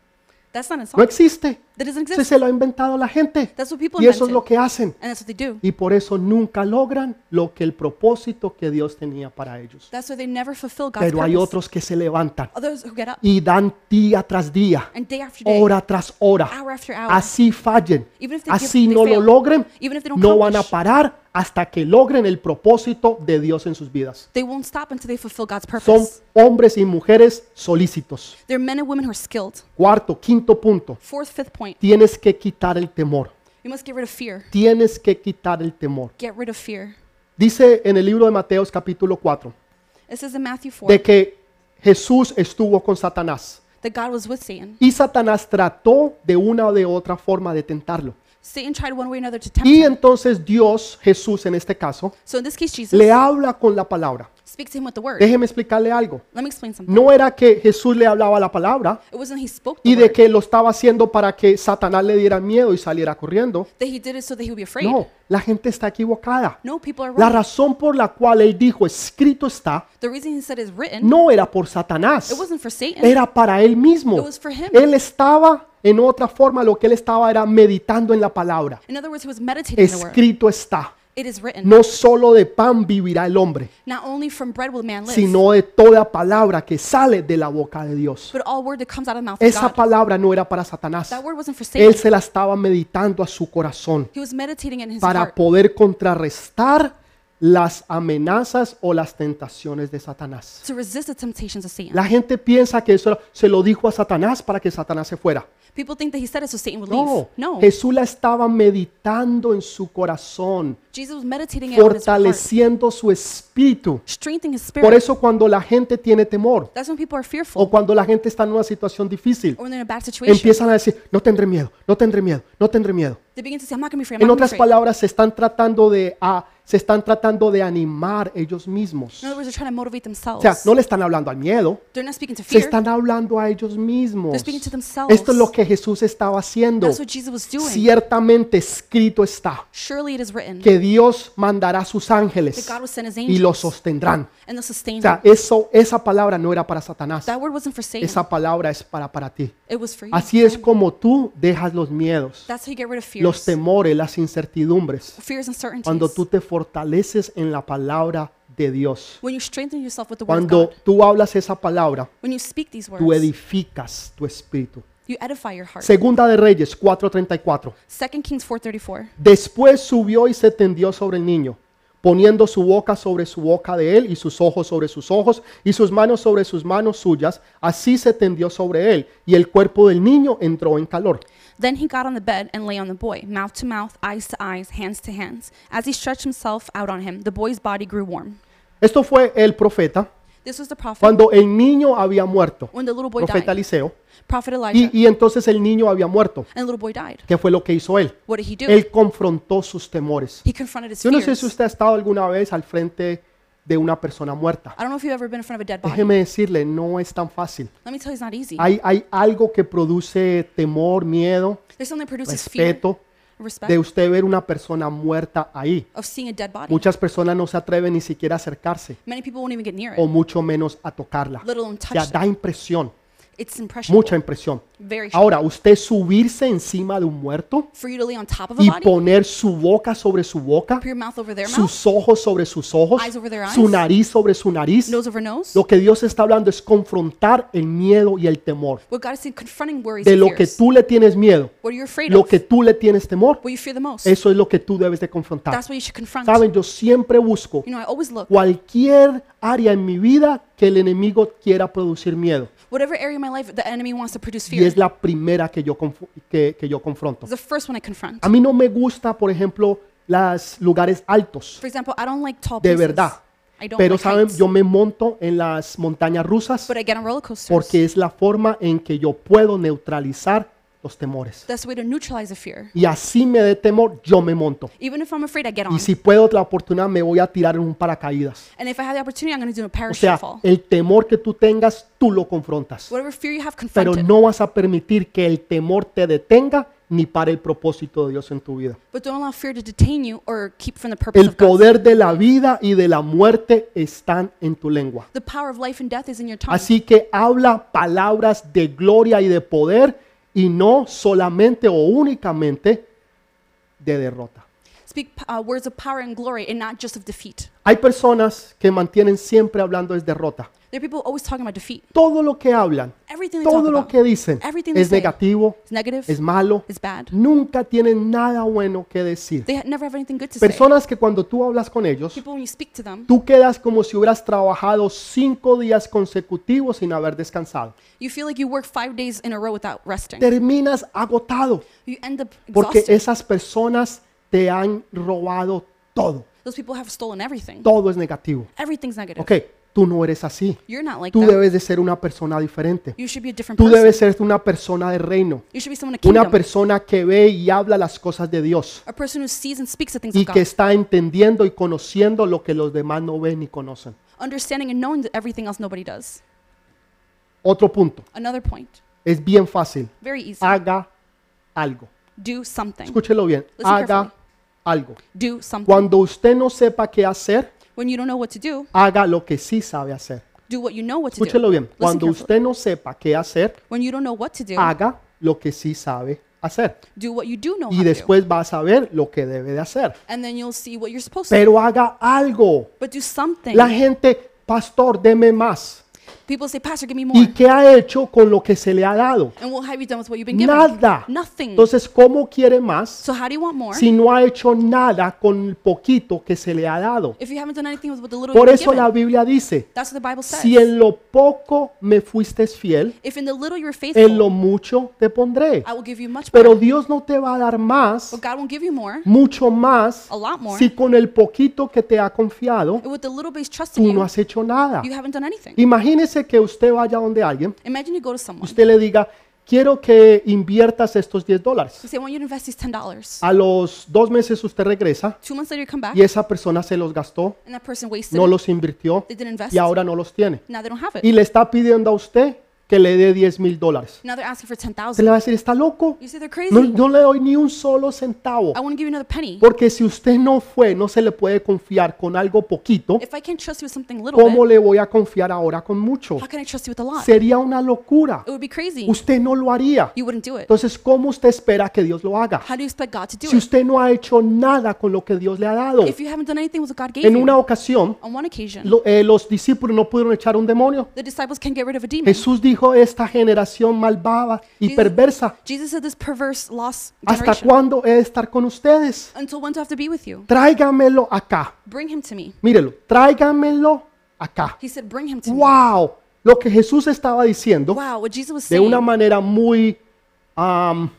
That's not a song. No existe. That doesn't Ese exist. se lo ha inventado la gente. That's what people Y eso es invented, lo que hacen. and that's what they do. Y por eso nunca logran lo que el propósito que Dios tenía para ellos. That's why they never fulfill God's Pero hay purpose. otros que se levantan Others who get up y dan día tras día, and day after day, hora tras hora. hour after hour, Así fallen, Even if they give- así they no lo fail. logren, even if they don't no van a accomplish. parar hasta que logren el propósito de Dios en sus vidas. They won't stop until they fulfill God's Son purpose. hombres y mujeres solícitos. There are men and women who are skilled. Cuarto, quinto punto. Fourth, fifth point. Tienes que quitar el temor. You must get rid of fear. Tienes que quitar el temor. Get rid of fear. Dice en el libro de Mateos capítulo 4 It says in Matthew 4 de que Jesús estuvo con Satanás that God was with Satan. y Satanás trató de una o de otra forma de tentarlo. Satan tried one way or another to tempt Y him. entonces Dios, Jesús en este caso, So in this case, Jesus le habla con la palabra. Speak to him with the word. Déjeme explicarle algo. Let me explain something. No era que Jesús le hablaba la palabra It wasn't he spoke the y de word, que lo estaba haciendo para que Satanás le diera miedo y saliera corriendo. that he did it so that he would be afraid. No, la gente está equivocada. No, people are La wrong. razón por la cual él dijo escrito está The reason he said is written, no era por Satanás, it wasn't for Satan. era para él mismo. It was for him. Él estaba, en otra forma, lo que él estaba era meditando en la palabra. In other words, he was meditating on the word. Escrito está. It is written. No solo de pan vivirá el hombre, Not only from bread will man live, sino de toda palabra que sale de la boca de Dios. but all word that comes out of the mouth of Esa God. palabra no era para Satanás. That word wasn't for Satan. Él se la estaba meditando a su corazón He was meditating in his para heart poder contrarrestar las amenazas o las tentaciones de Satanás. to resist the temptations of Satan. La gente piensa que eso se lo dijo a Satanás para que Satanás se fuera. People think that he said it so Satan would leave. No, No. Jesús la estaba meditando en su corazón, Jesus was meditating it on his heart, fortaleciendo su espíritu. strengthening his spirit. Por eso cuando la gente tiene temor That's when people are fearful o cuando la gente está en una situación difícil, or when they're in a bad situation. empiezan a decir, no tendré miedo, no tendré miedo, no tendré miedo. They begin to say, I'm not going to be afraid. I'm En not gonna otras be afraid. palabras, se están tratando de, ah, se están tratando de animar ellos mismos. In other words, they're trying to motivate O themselves. sea, no le están hablando al miedo, They're not speaking to se fear. están hablando a ellos mismos. They're speaking to themselves. Esto es lo que Jesús estaba haciendo. That's what Jesus was doing. Ciertamente escrito está Surely it is written que Dios mandará sus that ángeles God will send his y angels los sostendrán. and they'll sustain O sea, them. eso, esa palabra no era para Satanás, That word wasn't for Satan. esa palabra es para, para ti. it was for you. Así es como tú dejas los miedos, That's how you get rid of fears. los temores, las incertidumbres, fears and certainties. cuando tú te fortaleces en la palabra de Dios. when you strengthen yourself with the word of Cuando God. tú hablas esa palabra, When you speak these words, tú edificas tu espíritu. you edify your heart. Segunda de Reyes 4:34. 2 Kings 4.34 Después subió y se tendió sobre el niño, poniendo su boca sobre su boca de él y sus ojos sobre sus ojos y sus manos sobre sus manos suyas. Así se tendió sobre él y el cuerpo del niño entró en calor. Then he got on the bed and lay on the boy, mouth to mouth, eyes to eyes, hands to hands. As he stretched himself out on him, the boy's body grew warm. Esto fue el profeta This was the prophet cuando el niño había muerto, when the little boy profeta died. Eliseo, Prophet Elijah. y, y entonces el niño había muerto. and the little boy died. ¿Qué fue lo que hizo él? What did he do? Él confrontó sus temores. he confronted his Yo no fears. sé si usted ha estado alguna vez al frente de una persona muerta. I don't know if you've ever been in front of a dead body. Déjeme decirle, no es tan fácil. Let me tell you, it's not easy. Hay, hay algo que produce temor, miedo, There's something that produces fear, respeto respect de usted ver una persona muerta ahí. of seeing a dead body. Muchas personas no se atreven ni siquiera a acercarse Many people won't even get near o it, mucho menos a tocarla. let alone Ya touch it. da impresión, It's impressionable. mucha impresión. Very sharp. Ahora, usted subirse encima de un muerto For you to lay on top of a y body, poner su boca sobre su boca, put your mouth over their mouth, sus ojos sobre sus ojos, Eyes over their su eyes. nariz sobre su nariz. nose over nose. Lo que Dios está hablando es confrontar el miedo y el temor. What God is saying, confronting worries De and lo que fears. tú le tienes miedo, What are you afraid lo of? que tú le tienes temor, What you fear the most. Eso es lo que tú debes de confrontar. That's what you should confront. Saben, yo siempre busco You know, I always look. cualquier área en mi vida que el enemigo quiera producir miedo. Whatever area of my life the enemy wants to produce Y fear, es la primera que yo, conf- que, que yo confronto. it's the first one I confront. A mí no me gusta, por ejemplo, los lugares altos. For example, I don't like tall De places. verdad. I don't Pero like saben, heights. yo me monto en las montañas rusas But I get on roller coasters. porque es la forma en que yo puedo neutralizar los temores. That's the way to neutralize the fear. Y así me dé temor, yo me monto. Even if I'm afraid, I get Y on. si puedo la oportunidad, me voy a tirar en un paracaídas. And if I have the opportunity, I'm going to do a O parachute sea, fall. el temor que tú tengas, tú lo confrontas. Whatever fear you have, confront Pero it. no vas a permitir que el temor te detenga ni para el propósito de Dios en tu vida. But don't allow fear to detain you or keep from the purpose El of God. poder de la vida y de la muerte están en tu lengua. The power of life and death is in your tongue. Así que habla palabras de gloria y de poder y no solamente o únicamente de derrota. Speak uh, words of power and glory and not just of defeat. Hay personas que mantienen siempre hablando es derrota. There are people always talking about defeat. Todo lo que hablan, Everything they talk todo lo about que dicen Everything they es say. negativo, is negative, es malo, is bad. nunca tienen nada bueno que decir. They ha- never have anything good to say. Personas que cuando tú hablas con ellos, People, when you speak to them, tú quedas como si hubieras trabajado cinco días consecutivos sin haber descansado. you feel like you work five days in a row without resting. Terminas agotado You end up porque exhausted. esas personas te han robado todo. Those people have stolen everything. Todo es negativo. Everything's negative. Ok, tú no eres así. You're not like Tú that. debes de ser una persona diferente. You should be a different Tú person. debes ser una persona de reino. You should be someone of Una kingdom. persona que ve y habla las cosas de Dios. A person who sees and speaks the things y of que God. está entendiendo y conociendo lo que los demás no ven ni conocen. understanding and knowing that everything else nobody does. Otro punto. Another point, Es bien fácil. very easy. Haga algo. do something. Escúchelo bien. Listen Haga carefully. algo. Do something. Cuando usted no sepa qué hacer, when you don't know what to do, haga lo que sí sabe hacer. do what you know what to Escúchelo do. bien. Listen Cuando carefully. usted Ah. no sepa qué hacer, When you don't know what to do, haga lo que sí sabe hacer. do what you do know Y how to do. después va a saber lo que debe de hacer. And then you'll see what you're supposed to do. Pero haga algo. But do something. La gente, pastor, deme más. People say, Pastor, give me more. ¿Y qué ha hecho con lo que se le ha dado? and what have you done with what you've been given? Nada. Nothing. Entonces, ¿cómo quiere más so how do you want more si no ha hecho nada con el poquito que se le ha dado? if you haven't done anything with what the little Por you've eso been given? la Biblia dice, That's what the Bible says. si en lo poco me fuiste fiel, if in the little you're faithful, en lo mucho te pondré. I will give you much more. Pero Dios no te va a dar más, But God won't give you more. mucho más, A lot more. si con el poquito que te ha confiado, And with the little base trust in tú no you, has hecho nada. you haven't done anything. Imagínese que usted vaya donde alguien, Imagine you go to someone. usted le diga, quiero que inviertas estos 10 dólares. You say, I want you to invest these $10. A los dos meses usted regresa Two months later, you come back, Ah. y esa persona se los gastó, and that person wasted no it. los invirtió They didn't invest. y ahora no los tiene. Now they don't have it. Y le está pidiendo a usted que le dé 10 mil dólares. Now they're asking for Se le 10000 va a decir, ¿está loco? You say they're crazy. No, no le doy ni un solo centavo. I want to give you another penny. Porque si usted no fue, no se le puede confiar con algo poquito, If I can't trust you with something little ¿cómo bit, le voy a confiar ahora con mucho? how can I trust you with a lot? Sería una locura. It would be crazy. Usted no lo haría. You wouldn't do it. Entonces, ¿cómo usted espera que Dios lo haga? How do you expect God to do Si it? usted no ha hecho nada con lo que Dios le ha dado. If you haven't done anything with what God gave En una you, ocasión, on one occasion, lo- eh, los discípulos no pudieron echar un demonio. the disciples can get rid of a demon. Jesús dijo, esta generación malvada y Jesus- perversa, Jesus said, This perverse, lost ¿hasta generation. cuándo he de estar con ustedes? Until when do I have to be with you? Tráigamelo acá. Bring him to me. Mírelo, tráigamelo acá. He said, Bring him to me. ¡Wow! Lo que Jesús estaba diciendo Wow, what Jesus was de una saying manera muy am,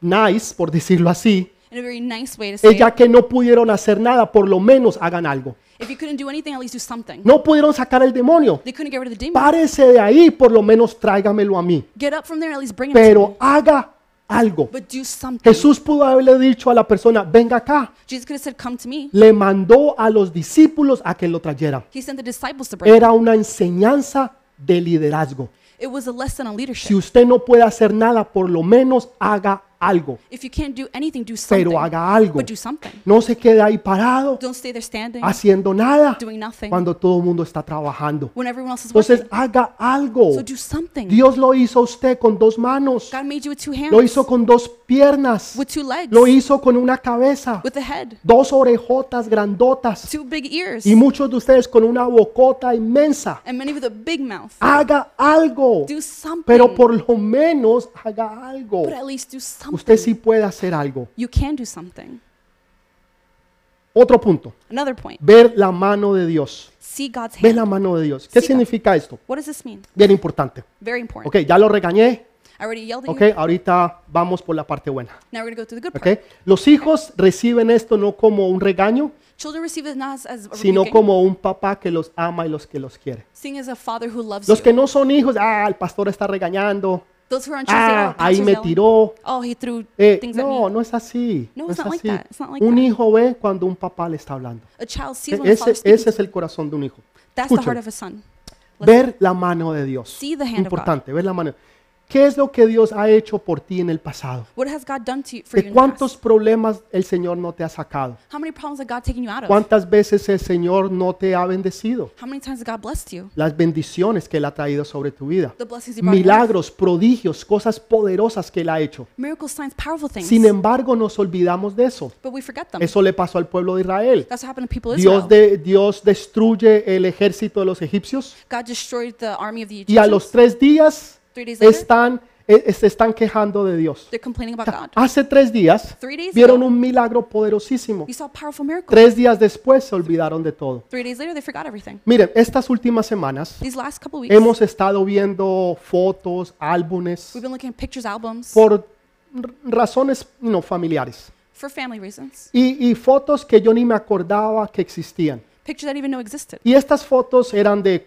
nice, por decirlo así, in a very nice way to say, es ya it. que no pudieron hacer nada, por lo menos hagan algo. If you couldn't do anything, at least do something. No pudieron sacar el demonio. They couldn't get rid of the demon. Párese de ahí, por lo menos tráigamelo a mí. Get up from there, at least bring him to me. Pero haga algo. But do something. Jesús pudo haberle dicho a la persona, venga acá. Jesus could have said, Come to me. Le mandó a los discípulos a que lo trayeran. He sent the disciples to bring him. Era una enseñanza de liderazgo. It was a lesson on Si leadership. usted no puede hacer nada, por lo menos haga algo. If you can't do anything, do something. Pero haga algo. But do something. No se quede ahí parado, Don't stay there standing, haciendo nada, doing nothing, cuando todo el mundo está trabajando. when everyone else is Entonces working. haga algo. So do something. Dios lo hizo a usted con dos manos, God made you with two lo hands, hizo con dos piernas, with two legs, lo hizo con una cabeza, with a head, dos orejotas grandotas two big ears, y muchos de ustedes con una bocota inmensa. and many with a big mouth. Haga algo, Do something. Ah, pero por lo menos haga algo. But at least do something. Usted sí puede hacer algo. You can do something. Otro punto, Another point. ver la mano de Dios. See God's Ver hand. la mano de Dios. ¿Qué Sí, significa esto? What does this mean? Bien importante. Very important. Ok, ya lo regañé. I already yelled at Ok, you. ahorita vamos por la parte buena. Now we're going to go through the good Ok, part. los hijos reciben esto no como un regaño, Children receive it not as, as a sino rebuking, como un papá que los ama y los que los quiere. seeing as a father who loves Los you. que no son hijos, ah, el pastor está regañando. Those who are on Tuesday, Ah, oh, ahí pastor's me yelling. tiró. Oh, he threw Eh, things at no, me. no es así. No, No it's es not like así. that. It's not like Un that. hijo ve cuando un papá le está hablando. A child sees when his E- Ese, father ese speaks. es el corazón de un hijo. That's the heart Escuchen. of a son. Ver la mano de Dios. See the hand of God. Importante, ver la mano. ¿Qué es lo que Dios ha hecho por ti en el pasado? What has God done to you for you ¿De in the past? cuántos problemas el Señor no te ha sacado? How many problems has God taken you out of? ¿Cuántas veces el Señor no te ha bendecido? How many times has God blessed you? Las bendiciones que Él ha traído sobre tu vida. The blessings He brought. in your life. Milagros, prodigios, cosas poderosas que Él ha hecho. Miracles, signs, powerful things. Sin embargo, nos olvidamos de eso. But we forget them. Eso le pasó al pueblo de Israel. That's what happened to people of Israel. Dios, de- Dios destruye el ejército de los egipcios God destroyed the army of the y a los Egyptians. tres días Three days later, están, eh, se están quejando de Dios. they're complaining about God. Hace tres días Three days vieron ago, un milagro poderosísimo. you saw a powerful miracle. Tres días después se olvidaron de todo. Three days later, they forgot everything. Miren, estas últimas semanas These last couple weeks, hemos estado viendo fotos, álbumes, we've been looking at pictures, albums, por r- razones no familiares. for family reasons. Y, y fotos que yo ni me acordaba que existían. pictures I didn't even know existed. Y estas fotos eran de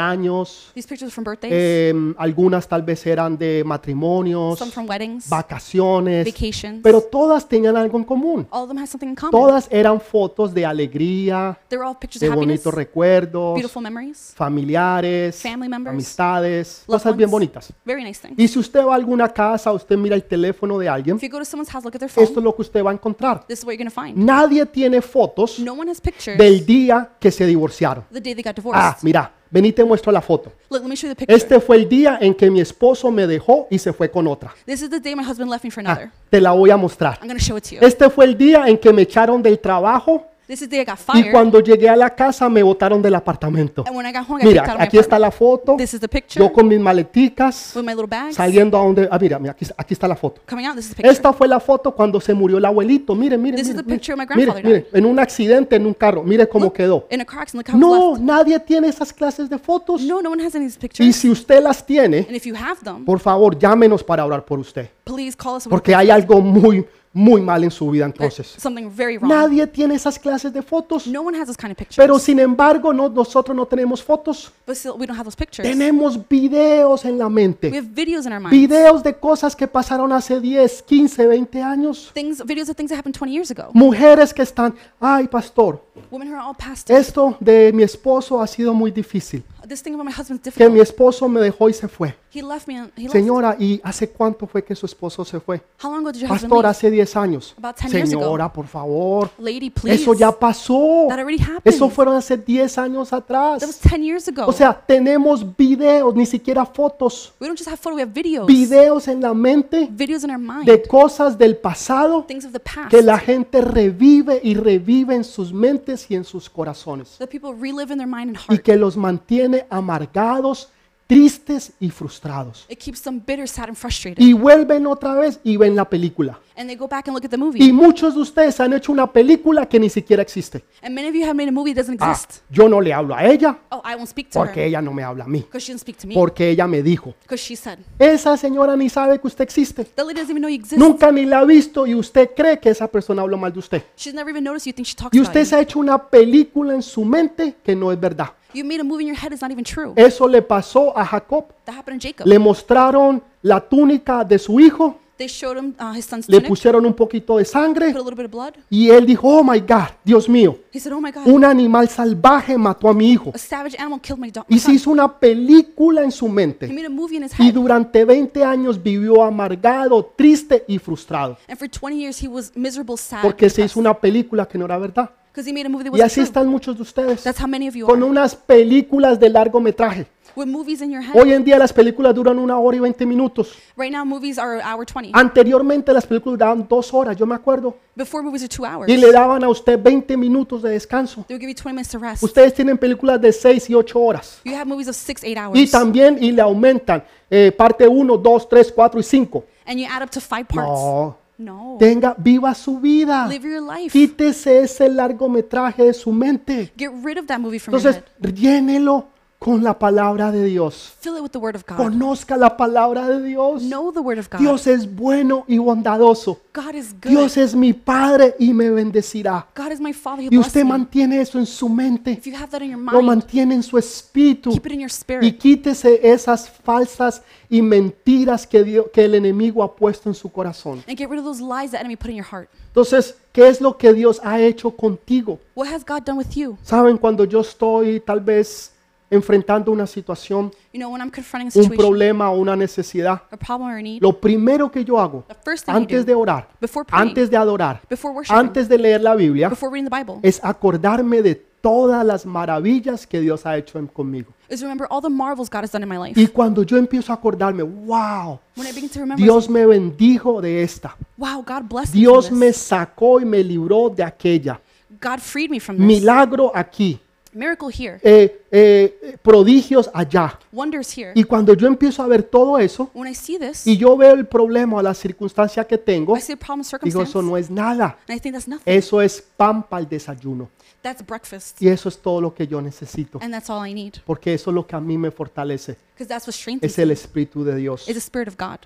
cumpleaños, These pictures from birthdays, eh, algunas tal vez eran de matrimonios, some from weddings, vacaciones, vacations. pero todas tenían algo en común. all of them had something in common. Todas eran fotos de alegría, They're all pictures de of happiness, bonitos recuerdos, beautiful memories, familiares, Family members, amistades, loved cosas bien ones. bonitas. very nice things. Y si usted va a alguna casa, usted mira el teléfono de alguien, If you go to someone's house, look at their phone. esto es lo que usted va a encontrar. this is what you're gonna find. Nadie tiene fotos No one has pictures del día que se divorciaron. the day they got divorced. Ah, mira, ven y te muestro la foto. Look, let me show you the picture. Este fue el día en que mi esposo me dejó y se fue con otra. this is the day my husband left me for Ah, another. te la voy a mostrar. I'm gonna show it to you. Este fue el día en que me echaron del trabajo this is the day I got y fired, cuando llegué a la casa me botaron del apartamento. and when I got home, I got kicked out Mira, of my aquí está apartment. la foto. This is the picture Pues, Yo con mis maleticas with my little bags saliendo a donde. Ah, mira, mira, aquí, aquí está la foto. coming out. This is the picture. Esta fue la foto cuando se murió el abuelito. Miren, miren, This is miren, the picture of my miren, miren, grandfather miren, en un accidente en un carro. Mire cómo Look, quedó. In a car accident, look how it's No, left. nadie tiene esas clases de fotos. No, no one has any of these Y pictures. si usted las tiene, and if you have them, por favor, llámenos para orar por usted, please call us. porque hay algo muy, muy mal en su vida There's entonces. something very wrong. Nadie tiene esas clases de fotos. No one has those kind of pictures. Pero sin embargo, no- nosotros no tenemos fotos. but still, we don't have those pictures. Tenemos videos en la mente. we have videos in our minds. Videos de cosas que pasaron hace 10, 15, 20 años. Things, videos of things that happened 20 years ago. Mujeres que están, ay pastor, Women who are all past it. esto de mi esposo ha sido muy difícil. This thing about my husband's Que difficult. mi esposo me dejó y se fue. he left me. and- He left. Señora, ¿y hace cuánto fue que su esposo se fue? How long ago did your husband Pastor, leave? hace 10 años. About 10 years ago. Señora, por favor. Lady, please. Eso ya pasó. That already happened. Eso fueron hace 10 años that was atrás. 10 years ago. O sea, tenemos videos, ni siquiera fotos. we don't just have photo, we have videos. Videos en la mente videos in our mind. de cosas del pasado things of the past. que la gente revive y revive en sus mentes y en sus corazones that people relive in their mind and y heart. que los mantiene amargados, tristes y frustrados. it keeps them bitter, sad, and frustrated. Y vuelven otra vez y ven la película. and they go back and look at the movie. Y muchos de ustedes han hecho una película que ni siquiera existe. and many of you have made a movie that doesn't Ah, exist. yo no le hablo a ella oh, I won't speak to porque her ella no me habla a mí, because she didn't speak to me porque ella me dijo. because she said Esa señora ni sabe que usted existe. that lady doesn't even know you exist. Nunca ni la ha visto y usted cree que esa persona habló mal de usted. She's never even noticed you. Think she talks Y about usted you. se ha hecho una película en su mente que no es verdad. You made a movie in your head. It's not even true. Eso le pasó a Jacob. that happened to Jacob. Eh, Le mostraron la túnica de su hijo, they showed him uh, his son's le tunic. pusieron un poquito de sangre put a little bit of blood. y él dijo, oh my God, Dios mío, He said, "Oh my God, un animal salvaje mató a mi hijo. a savage animal killed my dog." Y se hizo una película en su He mente. made a movie in his Y head, durante 20 años vivió amargado, triste y frustrado. and for 20 years he was miserable, sad, Porque se hizo una película que no era verdad. because he made a movie that Y wasn't así true. están muchos de ustedes. That's how many of you Con are unas películas de largometraje. with movies in your head. Hoy en día las películas duran una hora y 20 minutos. Right now, movies are an hour 20. Anteriormente las películas duraban dos horas, yo me acuerdo. Before movies are two hours. Y le daban a usted 20 minutos de descanso. They will give you 20 minutes to rest. Ustedes tienen películas de 6 y 8 horas. You have movies of six, eight Y hours, también, y le aumentan eh, parte 1, 2, 3, 4 y 5. and you add up to five parts. No, No, tenga, viva su vida. live your life. Quítese ese largometraje de su mente. Get rid of that movie from your Entonces, head. llénelo con la palabra de Dios. Fill it with the Word of God. Conozca la palabra de Dios. Know the Word of God. Dios es bueno y bondadoso. God is good. Dios es mi Padre y me bendecirá. God is my Father. He Y usted blesses me. mantiene eso en su mente. If you have that in your Lo mind, mantiene en su espíritu. keep it in your Y spirit. quítese esas falsas y mentiras que, Dios- que el enemigo ha puesto en su corazón. And get rid of those lies the enemy put in your heart. Entonces, ¿qué es lo que Dios ha hecho contigo? What has God done with you? Saben, cuando yo estoy tal vez enfrentando una situación, You know, when I'm confronting a un situation, problema o una necesidad, a problem or a need, lo primero que yo hago, the first thing you antes de do, orar, before praying, antes de adorar, before worshiping, antes de leer la Biblia, before reading the Bible, es acordarme de todas las maravillas que Dios ha hecho en- conmigo. is remember all the marvels God has done in my life. Y cuando yo empiezo a acordarme, wow, When I begin to remember, Dios me bendijo de esta. wow, God blessed me Dios from me this. sacó y me libró de aquella. God freed me from this. Milagro aquí, Miracle here. eh, eh, prodigios allá. Wonders here. Y cuando yo empiezo a ver todo eso When I see this, y yo veo el problema o la circunstancia que tengo, I see a problem digo, circumstance, eso and no es nada. I think that's nothing. Eso es pan para el desayuno. That's breakfast, Y eso es todo lo que yo necesito. and that's all I need, Porque eso es lo que a mí me fortalece. because that's what strengthens Es me. el Espíritu de Dios. Is the Spirit of God.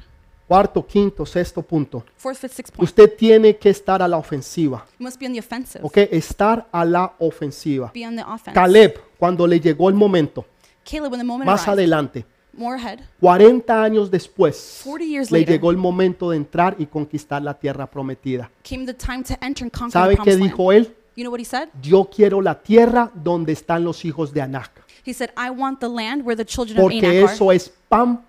Cuarto, quinto, sexto punto. Fourth, fifth, sixth point. Usted tiene que estar a la ofensiva. You must be on the offensive. ¿Ok? Estar a la ofensiva. Be on the offense. Caleb, cuando le llegó el momento, Caleb, when the moment más arrived, adelante, more ahead, 40 años después, 40 years le later, llegó el momento de entrar y conquistar la tierra prometida. came the time to enter and conquer the ¿Sabe qué promised land. dijo él? You know what he said? Yo quiero la tierra donde están los hijos de Anac, He said, I want the land where the children of porque Anak are. eso es pan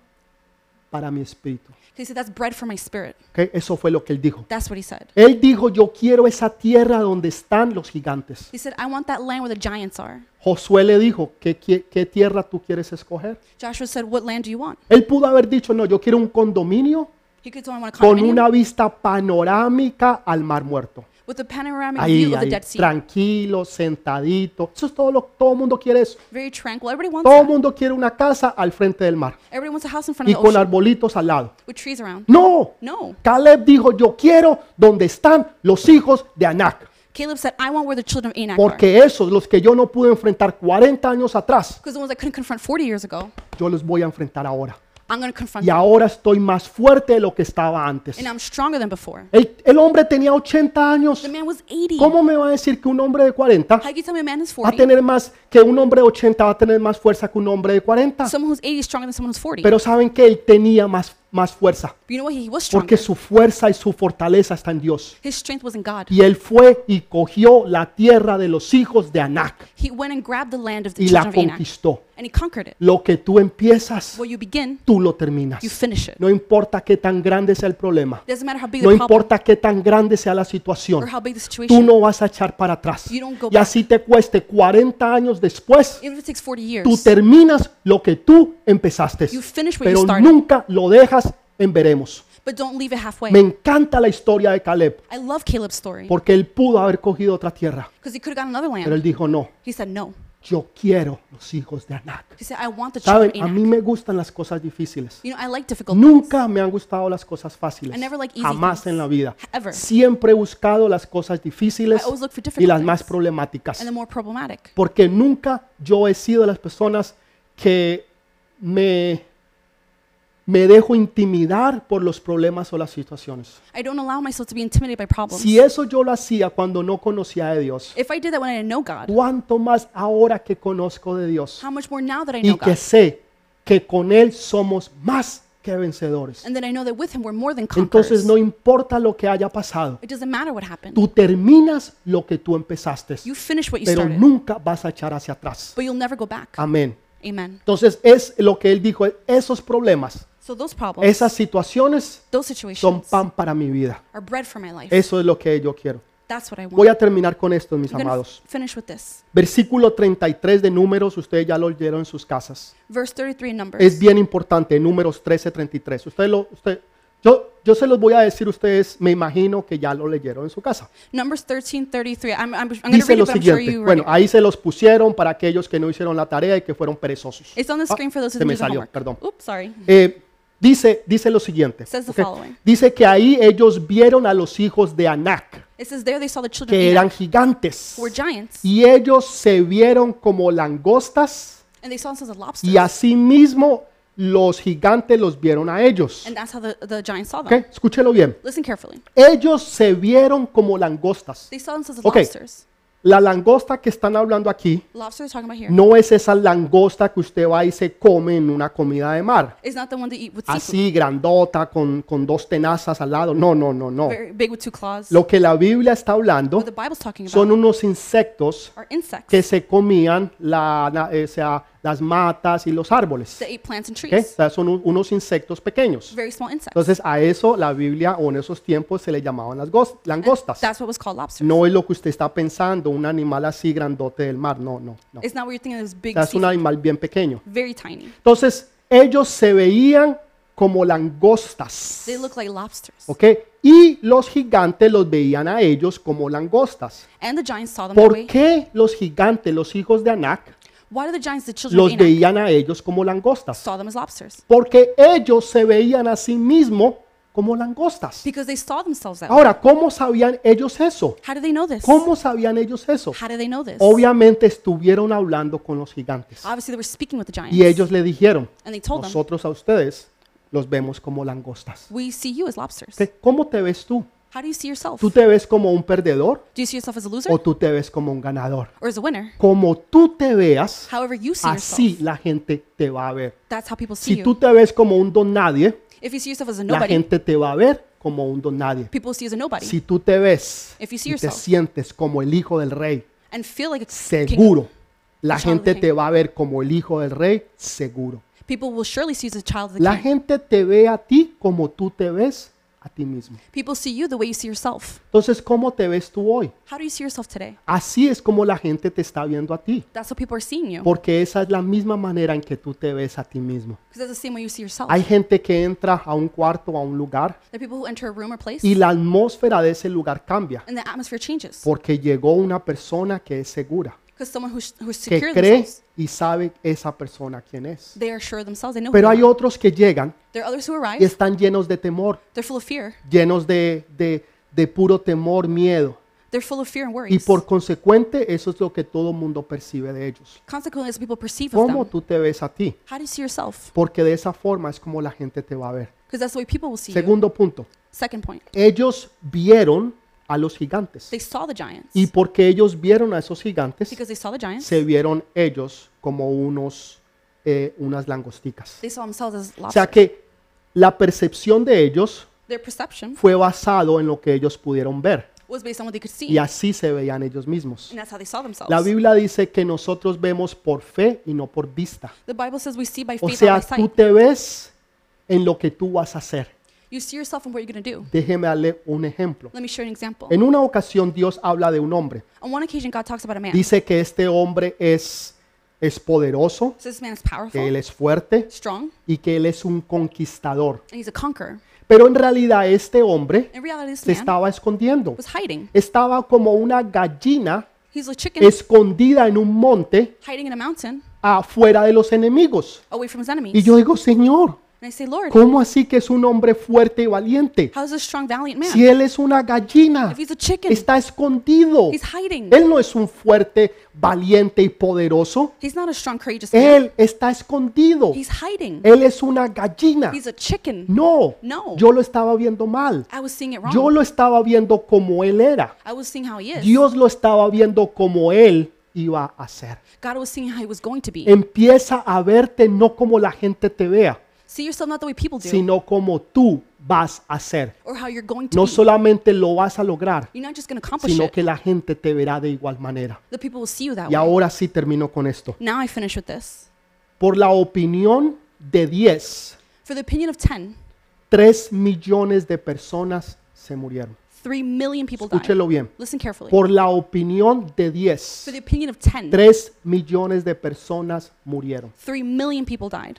para mi espíritu. He said, that's bread for my spirit. ¿Ok? Eso fue lo que él dijo. That's what he said. Él dijo, yo quiero esa tierra donde están los gigantes. He said, I want that land where the giants are. Josué le dijo, ¿qué, qui- qué tierra tú quieres escoger? Joshua said, what land do you want? Él pudo haber dicho, no, yo quiero un condominio He could tell him, I want a con condominium una vista panorámica al Mar Muerto. with a panoramic Ahí, view of the ahí, Dead Sea. tranquilo, sentadito. Eso es todo lo todo mundo quiere eso. Very tranquil. Everybody wants Todo that. mundo quiere una casa al frente del mar Everybody wants a house in front y of the con ocean arbolitos al Mm. lado. with trees around. No. No. Caleb dijo, yo quiero donde están los hijos de Anac, Caleb said, I want where the children of Anak are. porque esos, los que yo no pude enfrentar 40 años atrás, Because the ones I couldn't confront 40 years ago, yo los voy a enfrentar ahora. I'm going to confront Y ahora estoy más fuerte de lo que estaba antes. them. And I'm stronger than before. El, el hombre tenía 80 años. The man was 80. ¿Cómo me va a decir que un hombre de 40 How can you tell me a man is va a 40? tener más, que un hombre de 80 va a tener más fuerza que un hombre de 40? Someone who's 80 is stronger than someone who's 40. Pero saben que él tenía más, más fuerza, you know what? He was stronger. porque su fuerza y su fortaleza está en Dios. His strength was in God. Y él fue y cogió la tierra de los hijos de Anac He went and grabbed the land of the y la children of Anak. conquistó. And he conquered it. Lo que tú empiezas, Where you begin, tú lo terminas. you finish it. No importa qué tan grande sea el problema, Doesn't matter how big no the problem importa qué tan grande sea la or situación, how big the tú situation. no vas a echar para atrás. You don't go Y así te cueste 40 años después, Even if it takes 40 tú years, terminas lo que tú empezaste, you finish what you pero started, nunca lo dejas en veremos. but don't leave it Me halfway. encanta la historia de Caleb, I love Caleb's story porque él pudo haber cogido otra tierra, because he could have gotten another pero land. él dijo, no, He said no. yo quiero los hijos de Anac. He said, I want the children Saben, of a Anak. mí me gustan las cosas difíciles. You know, I like difficult things. Nunca me han gustado las cosas fáciles, I never like easy jamás things. en la vida. Ever. Siempre he buscado las cosas I difíciles always look for y difficult las más things problemáticas. and the more problematic. porque nunca yo he sido de las personas que me me dejo intimidar por los problemas o las situaciones. I don't allow myself to be intimidated by problems. Si eso yo lo hacía cuando no conocía de Dios, If I did that when I didn't know God, cuánto más ahora que conozco de Dios how much more now that I know y que God? sé que con él somos más que vencedores. And then I know that with Him we're more than Entonces conquerors. no importa lo que haya pasado, It doesn't matter what happened. tú terminas lo que tú empezaste, You finish what you pero started, nunca Ah. vas a echar hacia atrás. but you'll never go back. Amén. Amen. Entonces es lo que él dijo, esos problemas So those problems, Esas situaciones those son situations pan para mi vida. are bread for my life. Eso es lo que yo quiero. That's what I want. Voy a terminar con esto, mis I'm gonna amados. f- finish with this. Versículo 33 de Números, ustedes ya lo leyeron en sus casas. Verse 33 in Numbers. Es bien importante, Números 13, 33. Usted lo, usted, yo, yo se los voy a decir, ustedes me imagino que ya lo leyeron en su casa. Numbers 13, 33. I'm, I'm, I'm going to Dice read lo it, but I'm sure siguiente. you Bueno, read it. ahí se los pusieron para aquellos que no hicieron la tarea y que fueron perezosos. It's on the Ah, screen for those who se didn't me do the salió, homework. perdón. Oops, sorry. Eh, dice, dice lo siguiente. Says the ok. following. Dice que ahí ellos vieron a los hijos de Anac. It says there they saw the children of que Anak, eran gigantes. who were giants, Y ellos se vieron como langostas and they saw themselves as lobsters. y asimismo los gigantes los vieron a ellos. And that's how the, the giants saw ¿Ok? them. Escúchelo bien. Listen carefully. Ellos se vieron como langostas. They saw themselves as Okay. lobsters. La langosta que están hablando aquí Lobsters talking about here. no es esa langosta que usted va y se come en una comida de mar. It's not the one they eat with seafood. Así, grandota, con, con dos tenazas al lado. No, no, no, no. Very big with two claws. Lo que la Biblia está What hablando the Bible's talking about son unos insectos are insects que se comían la- la- eh, sea, las matas y los árboles. that eat plants and ¿ok? O trees. sea, son un- unos insectos pequeños. Very small insects. Entonces a eso la Biblia o en esos tiempos se le llamaban las gos- langostas. That's what was called lobsters. No es lo que usted está pensando, un animal así grandote del mar. No, no, no. O It's not what you're thinking of as big sea, es un seafood. animal bien pequeño. Very tiny. Entonces ellos se veían como langostas. They look like lobsters. ¿ok? Y los gigantes los veían a ellos como langostas. And the giants saw them that ¿Por way. qué los gigantes, los hijos de Anac, Why do the giants, the children los of Anak, veían a ellos como langostas? saw them as lobsters? porque ellos se veían a sí mismos como langostas. Because they saw themselves that way. Ahora, ¿cómo sabían ellos eso? How do they know this? Ah, ¿Cómo sabían ellos eso? How do they know this? Obviamente estuvieron hablando con los gigantes Obviously, they were speaking with the giants. y ellos le dijeron, and they told them, nosotros a ustedes los vemos como langostas. We see you as lobsters. ¿Qué? ¿Cómo te ves tú? How do you see yourself? ¿Tú te ves como un perdedor do you see yourself as a loser o tú te ves como un ganador? or as a winner? Como tú te veas, However you see así yourself, la gente te va a ver. that's how people see Si you. tú te ves como un don nadie, if you see yourself as a la nobody, gente te va a ver como un don nadie. people see you as a nobody Si tú te ves If you see y te yourself. sientes como el hijo del rey, and feel like it's king. seguro, la Child of the gente te king. va a ver como el hijo del rey, seguro. People will surely see you as a child of the La king. gente te ve a ti como tú te ves a ti mismo. People see you the way you see yourself. Entonces, ¿cómo te ves tú hoy? How do you see yourself today? Así es como la gente te está viendo a ti, That's how people are seeing you. porque esa es la misma manera en que tú te ves a ti mismo. Because that's the same way you see yourself. Hay gente que entra a un cuarto, a un lugar, There are people who enter a room or place y la atmósfera de ese lugar cambia, and the atmosphere changes. porque llegó una persona que es segura, Because someone who's, who's que secure cree themselves, y sabe esa persona quién es. they are sure of themselves. They know who Pero they hay are. otros que llegan There are others who y arrive. están llenos de temor, They're full of fear. llenos de, de, de puro temor, miedo. They're full of fear and Y worries. por consecuente, eso es lo que todo mundo percibe de ellos. Consequently, as people perceive of ¿Cómo them, tú te ves a ti? how do you see yourself? Porque de esa forma es como la gente te va a ver. Because that's the way people will see you. Segundo punto, Second point, ellos vieron a los gigantes. they saw the giants. Y porque ellos vieron a esos gigantes, Because they saw the giants, se vieron ellos como unos, eh, unas langosticas. they saw themselves as O sea lobsters. que la percepción de ellos Their perception fue basado en lo que ellos pudieron ver. was based on what they could see. Y así se veían ellos mismos. And that's how they saw La themselves. Biblia dice que nosotros vemos por fe y no por vista. The Bible says we see by O faith sea, not by tú sight. te ves en lo que tú vas a hacer. You see yourself and what you're going to do. Déjeme darle un ejemplo. Let me show you an example. En una ocasión Dios habla de un hombre. On one occasion, God talks about a man. Dice que este hombre es, es poderoso, So this man is que él powerful, es fuerte strong, and y que él es un conquistador. he's a conqueror. Pero en realidad este hombre In reality, this se man estaba escondiendo. was hiding. Estaba como una gallina He's a chicken escondida en un monte hiding in a mountain afuera de los enemigos. away from his Y enemies. yo digo, Señor, And I say, Lord, ¿cómo así que es un hombre fuerte y valiente? how's this strong, valiant man? Si él es una gallina, If he's a chicken, está escondido. he's hiding. Él no es un fuerte, valiente y poderoso. He's not a strong, courageous man. Él está escondido. He's hiding. Él es una gallina. He's a chicken. No, No. yo lo estaba viendo mal. I was seeing it Mm. Yo wrong. lo estaba viendo como él era. I was seeing how he is. Dios lo estaba viendo como él iba a ser. God was seeing how he was going to be. Empieza a verte no como la gente te vea, See yourself not the way people do, sino como tú vas a ser. or how you're going to No be. solamente lo vas a lograr, You're not just going to accomplish sino it. que la gente te verá de igual manera. The people will see you that way. Y ahora sí termino con esto. Now I finish with this. Por la opinión de 10, For the opinion of 10, 3 millones de personas se murieron. 3 million people died. Escúchelo bien. Listen carefully. Por la opinión de For 10, the opinion of 10, 3 millones de personas murieron. 3 million people died.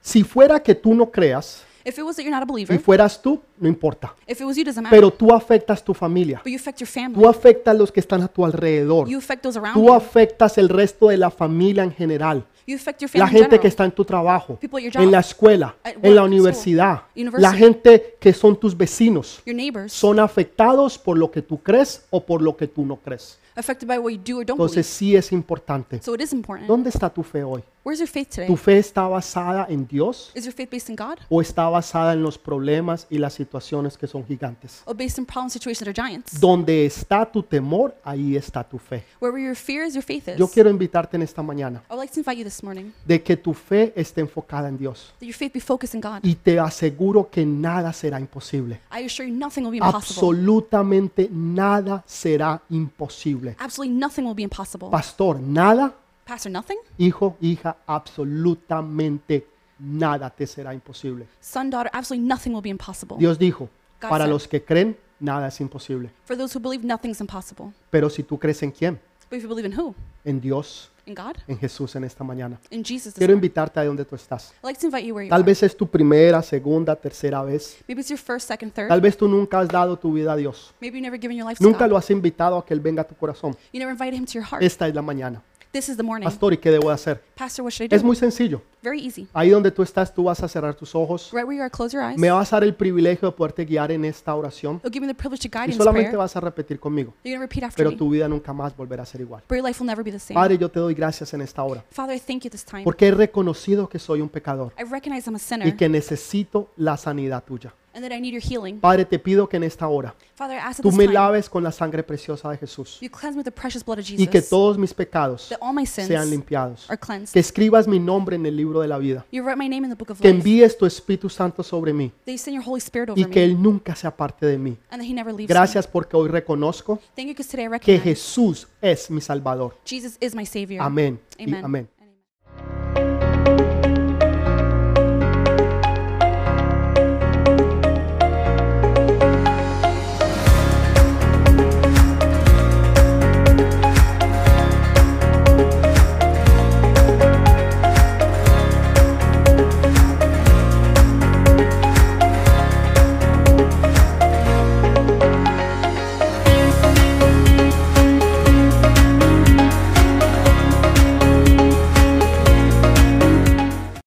Si fuera que tú no creas, If it was that you're not a Si believer, fueras tú, no importa. if it was you, doesn't matter. Pero tú afectas tu familia. But you affect your Tú family. afectas a los que están a tu alrededor. Pues You affect those around Tú you. afectas el resto de la familia en general. You affect your La family in gente general. que está en tu trabajo, People at your job, en la escuela, at en la work, universidad. school, university. La gente que son tus vecinos Your neighbors son afectados por lo que tú crees o por lo que tú no crees. affected by what you do or don't Entonces believe. sí es importante. So it is important. ¿Dónde está tu fe hoy? Where's your faith ¿Tu today? fe está basada en Dios Is your faith based in God o está basada en los problemas y las situaciones que son gigantes? or based in problem situations that are giants? Donde está tu temor, ahí está tu fe. Wherever your fear is, your faith is. Yo quiero invitarte en esta mañana I would like to invite you this morning de que tu fe esté enfocada en Dios that your faith be focused in God. y te aseguro que nada será imposible. I assure you, nothing will be impossible. Absolutamente nada será imposible. Absolutely nothing will be impossible. Pastor, nada, Pastor, nothing? hijo, hija, absolutamente nada te será imposible. Son, daughter, absolutely nothing will be impossible. Dios dijo, para los que creen, nada es imposible. For those who believe, nothing's impossible. Pero si tú crees en quién, But if you believe in who? en Dios, In God? en Jesús en esta mañana. In Jesus? this Quiero morning. invitarte a donde tú estás. I'd like to invite you where you Tal are. vez es tu primera, segunda, tercera vez. Maybe it's your first, second, third. Tal vez tú nunca has dado tu vida a Dios. Maybe you've never given your life to Nunca God. lo has invitado a que Él venga a tu corazón. You never invited him to your heart. Esta es la mañana. This is the morning. Pastor, ¿y qué debo hacer? Pastor, what should I Es do? muy sencillo. Very easy. Ahí donde tú estás, tú vas a cerrar tus ojos. Right where you are, close your eyes. Me vas a dar el privilegio de poderte guiar en esta oración. He'll give me the privilege to guide you Y in this prayer. solamente vas a repetir conmigo. You're going to repeat after Pero me. tu vida nunca más volverá a ser igual. But your life will never be the same. Padre, yo te doy gracias en esta hora. Father, I thank you this time. Porque he reconocido que soy un pecador I recognize I'm a sinner y que necesito la sanidad tuya. and that I need your healing. Padre, te pido que en esta hora Father, I ask that tú this me time laves con la sangre preciosa de Jesús you cleanse me with the precious blood of Jesus. y que todos mis pecados that all my sins sean limpiados. are cleansed. Que escribas mi nombre en el libro de la vida. you write my name in the book of Que life. envíes tu Espíritu Santo sobre mí That you send your Holy Spirit over y que me Él nunca sea parte de mí. and that he never leaves me. Gracias porque hoy reconozco Thank you because today I que recognize Jesús es mi Salvador. Jesus is my Savior. Amén y Amen. amén.